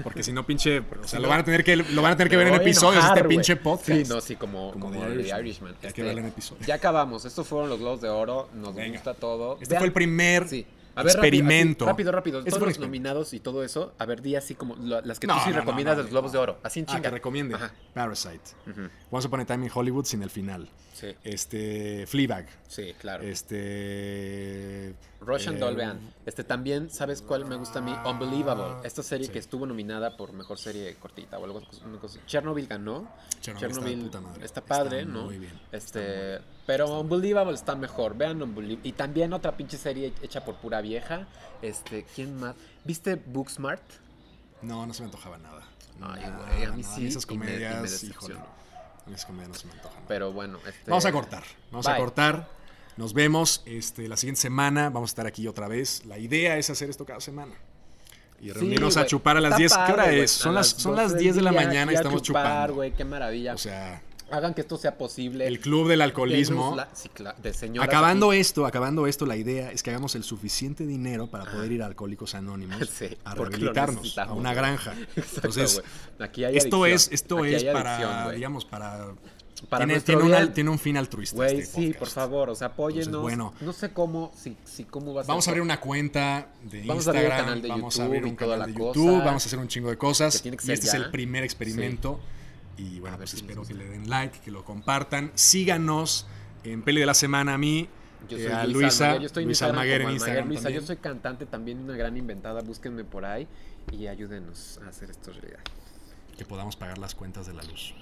S2: Porque si no, pinche. O sea,
S1: si
S2: lo
S1: no-
S2: van a tener que, lo van a tener que ver en
S1: Me voy a
S2: episodios,
S1: enojar,
S2: este
S1: güey.
S2: pinche podcast.
S1: Sí, no, sí, como,
S2: Como
S1: como,
S2: The
S1: The
S2: Irishman.
S1: Irishman. Este,
S2: Hay que verlo en episodio.
S1: Ya acabamos, estos fueron los Globos de Oro, nos
S2: Venga.
S1: gusta todo.
S2: Este
S1: Vean-
S2: fue el primer
S1: Sí. A ver, rápido,
S2: experimento.
S1: así, Rápido, rápido.
S2: Este
S1: Todos
S2: fue un
S1: los
S2: experimento.
S1: nominados y todo eso. A ver, di así como lo- las que
S2: No,
S1: tú sí
S2: no, no,
S1: recomiendas
S2: no,
S1: de los Globos
S2: no.
S1: de Oro. Así en
S2: Ah,
S1: chinga.
S2: que recomiende.
S1: Ajá.
S2: Parasite.
S1: Ujú.
S2: Vamos a poner Time in Hollywood sin el final.
S1: Sí,
S2: Este. Fleabag.
S1: sí, claro.
S2: Este.
S1: Russian
S2: eh,
S1: Doll, vean. Este también, ¿sabes cuál me gusta a mí? Unbelievable. Esta serie
S2: sí.
S1: que estuvo nominada por mejor serie cortita o algo una cosa. Chernobyl ganó.
S2: Chernobyl
S1: Chernobyl,
S2: está de puta madre.
S1: está
S2: Está
S1: padre, ¿no?
S2: muy bien. Está muy
S1: Este,
S2: bien.
S1: pero Unbelievable está mejor. Vean Unbelievable. Y también otra pinche serie hecha por pura vieja. Este, ¿quién más? ¿Viste Booksmart?
S2: No, no se me antojaba nada.
S1: Ay,
S2: Nada,
S1: güey, a mí
S2: nada.
S1: sí,
S2: Esas
S1: y me- y me
S2: comedias, híjole.
S1: decepcionó.
S2: A mí esas comedias no se me antojan. nada.
S1: Pero bueno, este,
S2: Vamos a cortar. Vamos a
S1: Bye.
S2: cortar. Nos vemos este, la siguiente semana. Vamos a estar aquí otra vez. La idea es hacer esto cada semana. Y
S1: Sí,
S2: reunirnos a
S1: güey,
S2: chupar a las
S1: está
S2: 10. ¿Qué hora
S1: padre, güey,
S2: es? Son
S1: a
S2: las, son
S1: 12
S2: las
S1: del
S2: 10 de la
S1: día
S2: mañana y
S1: aquí a
S2: estamos
S1: chupar,
S2: chupando.
S1: güey, Eh, qué maravilla.
S2: O sea,
S1: Hagan que esto sea posible.
S2: el club del alcoholismo.
S1: Denos la- sí, cla- de señoras
S2: Acabando
S1: aquí.
S2: esto, acabando esto, la idea es que hagamos el suficiente dinero para poder ir a Alcohólicos Anónimos
S1: Ah. Sí,
S2: a
S1: porque lo
S2: rehabilitarnos a
S1: necesitamos,
S2: una
S1: güey.
S2: granja.
S1: Exacto,
S2: Entonces,
S1: güey. aquí hay
S2: esto es,
S1: adicción.
S2: esto
S1: Aquí
S2: es
S1: hay
S2: para,
S1: adicción, güey.
S2: digamos, para,
S1: Para
S2: tiene,
S1: nuestro
S2: tiene una-
S1: bien.
S2: tiene un fin altruista.
S1: Güey,
S2: este
S1: sí,
S2: podcast.
S1: por favor, o sea, apóyenos.
S2: Entonces, bueno.
S1: no sé cómo, si, si cómo va a ser.
S2: Vamos a abrir una cuenta de
S1: Vamos a abrir un
S2: Instagram,
S1: canal de
S2: vamos a
S1: YouTube
S2: abrir
S1: y
S2: un
S1: toda
S2: canal
S1: la
S2: de YouTube,
S1: cosa.
S2: vamos a hacer un chingo de cosas.
S1: Que tiene que
S2: y
S1: ser
S2: este es
S1: ya.
S2: el primer experimento. Y bueno,
S1: A ver
S2: pues
S1: si les
S2: espero que
S1: gusta.
S2: le den like, que lo compartan. Síganos en Peli de la Semana a mí.
S1: Yo
S2: Eh,
S1: soy
S2: a
S1: Luis
S2: Luisa,
S1: Almaguer, yo estoy en
S2: Luis
S1: Instagram
S2: Almaguer
S1: como
S2: en Instagram
S1: Luisa,
S2: también.
S1: yo soy cantante también, una gran inventada, búsquenme por ahí y ayúdenos a hacer esto realidad.
S2: Que podamos pagar las cuentas de la luz.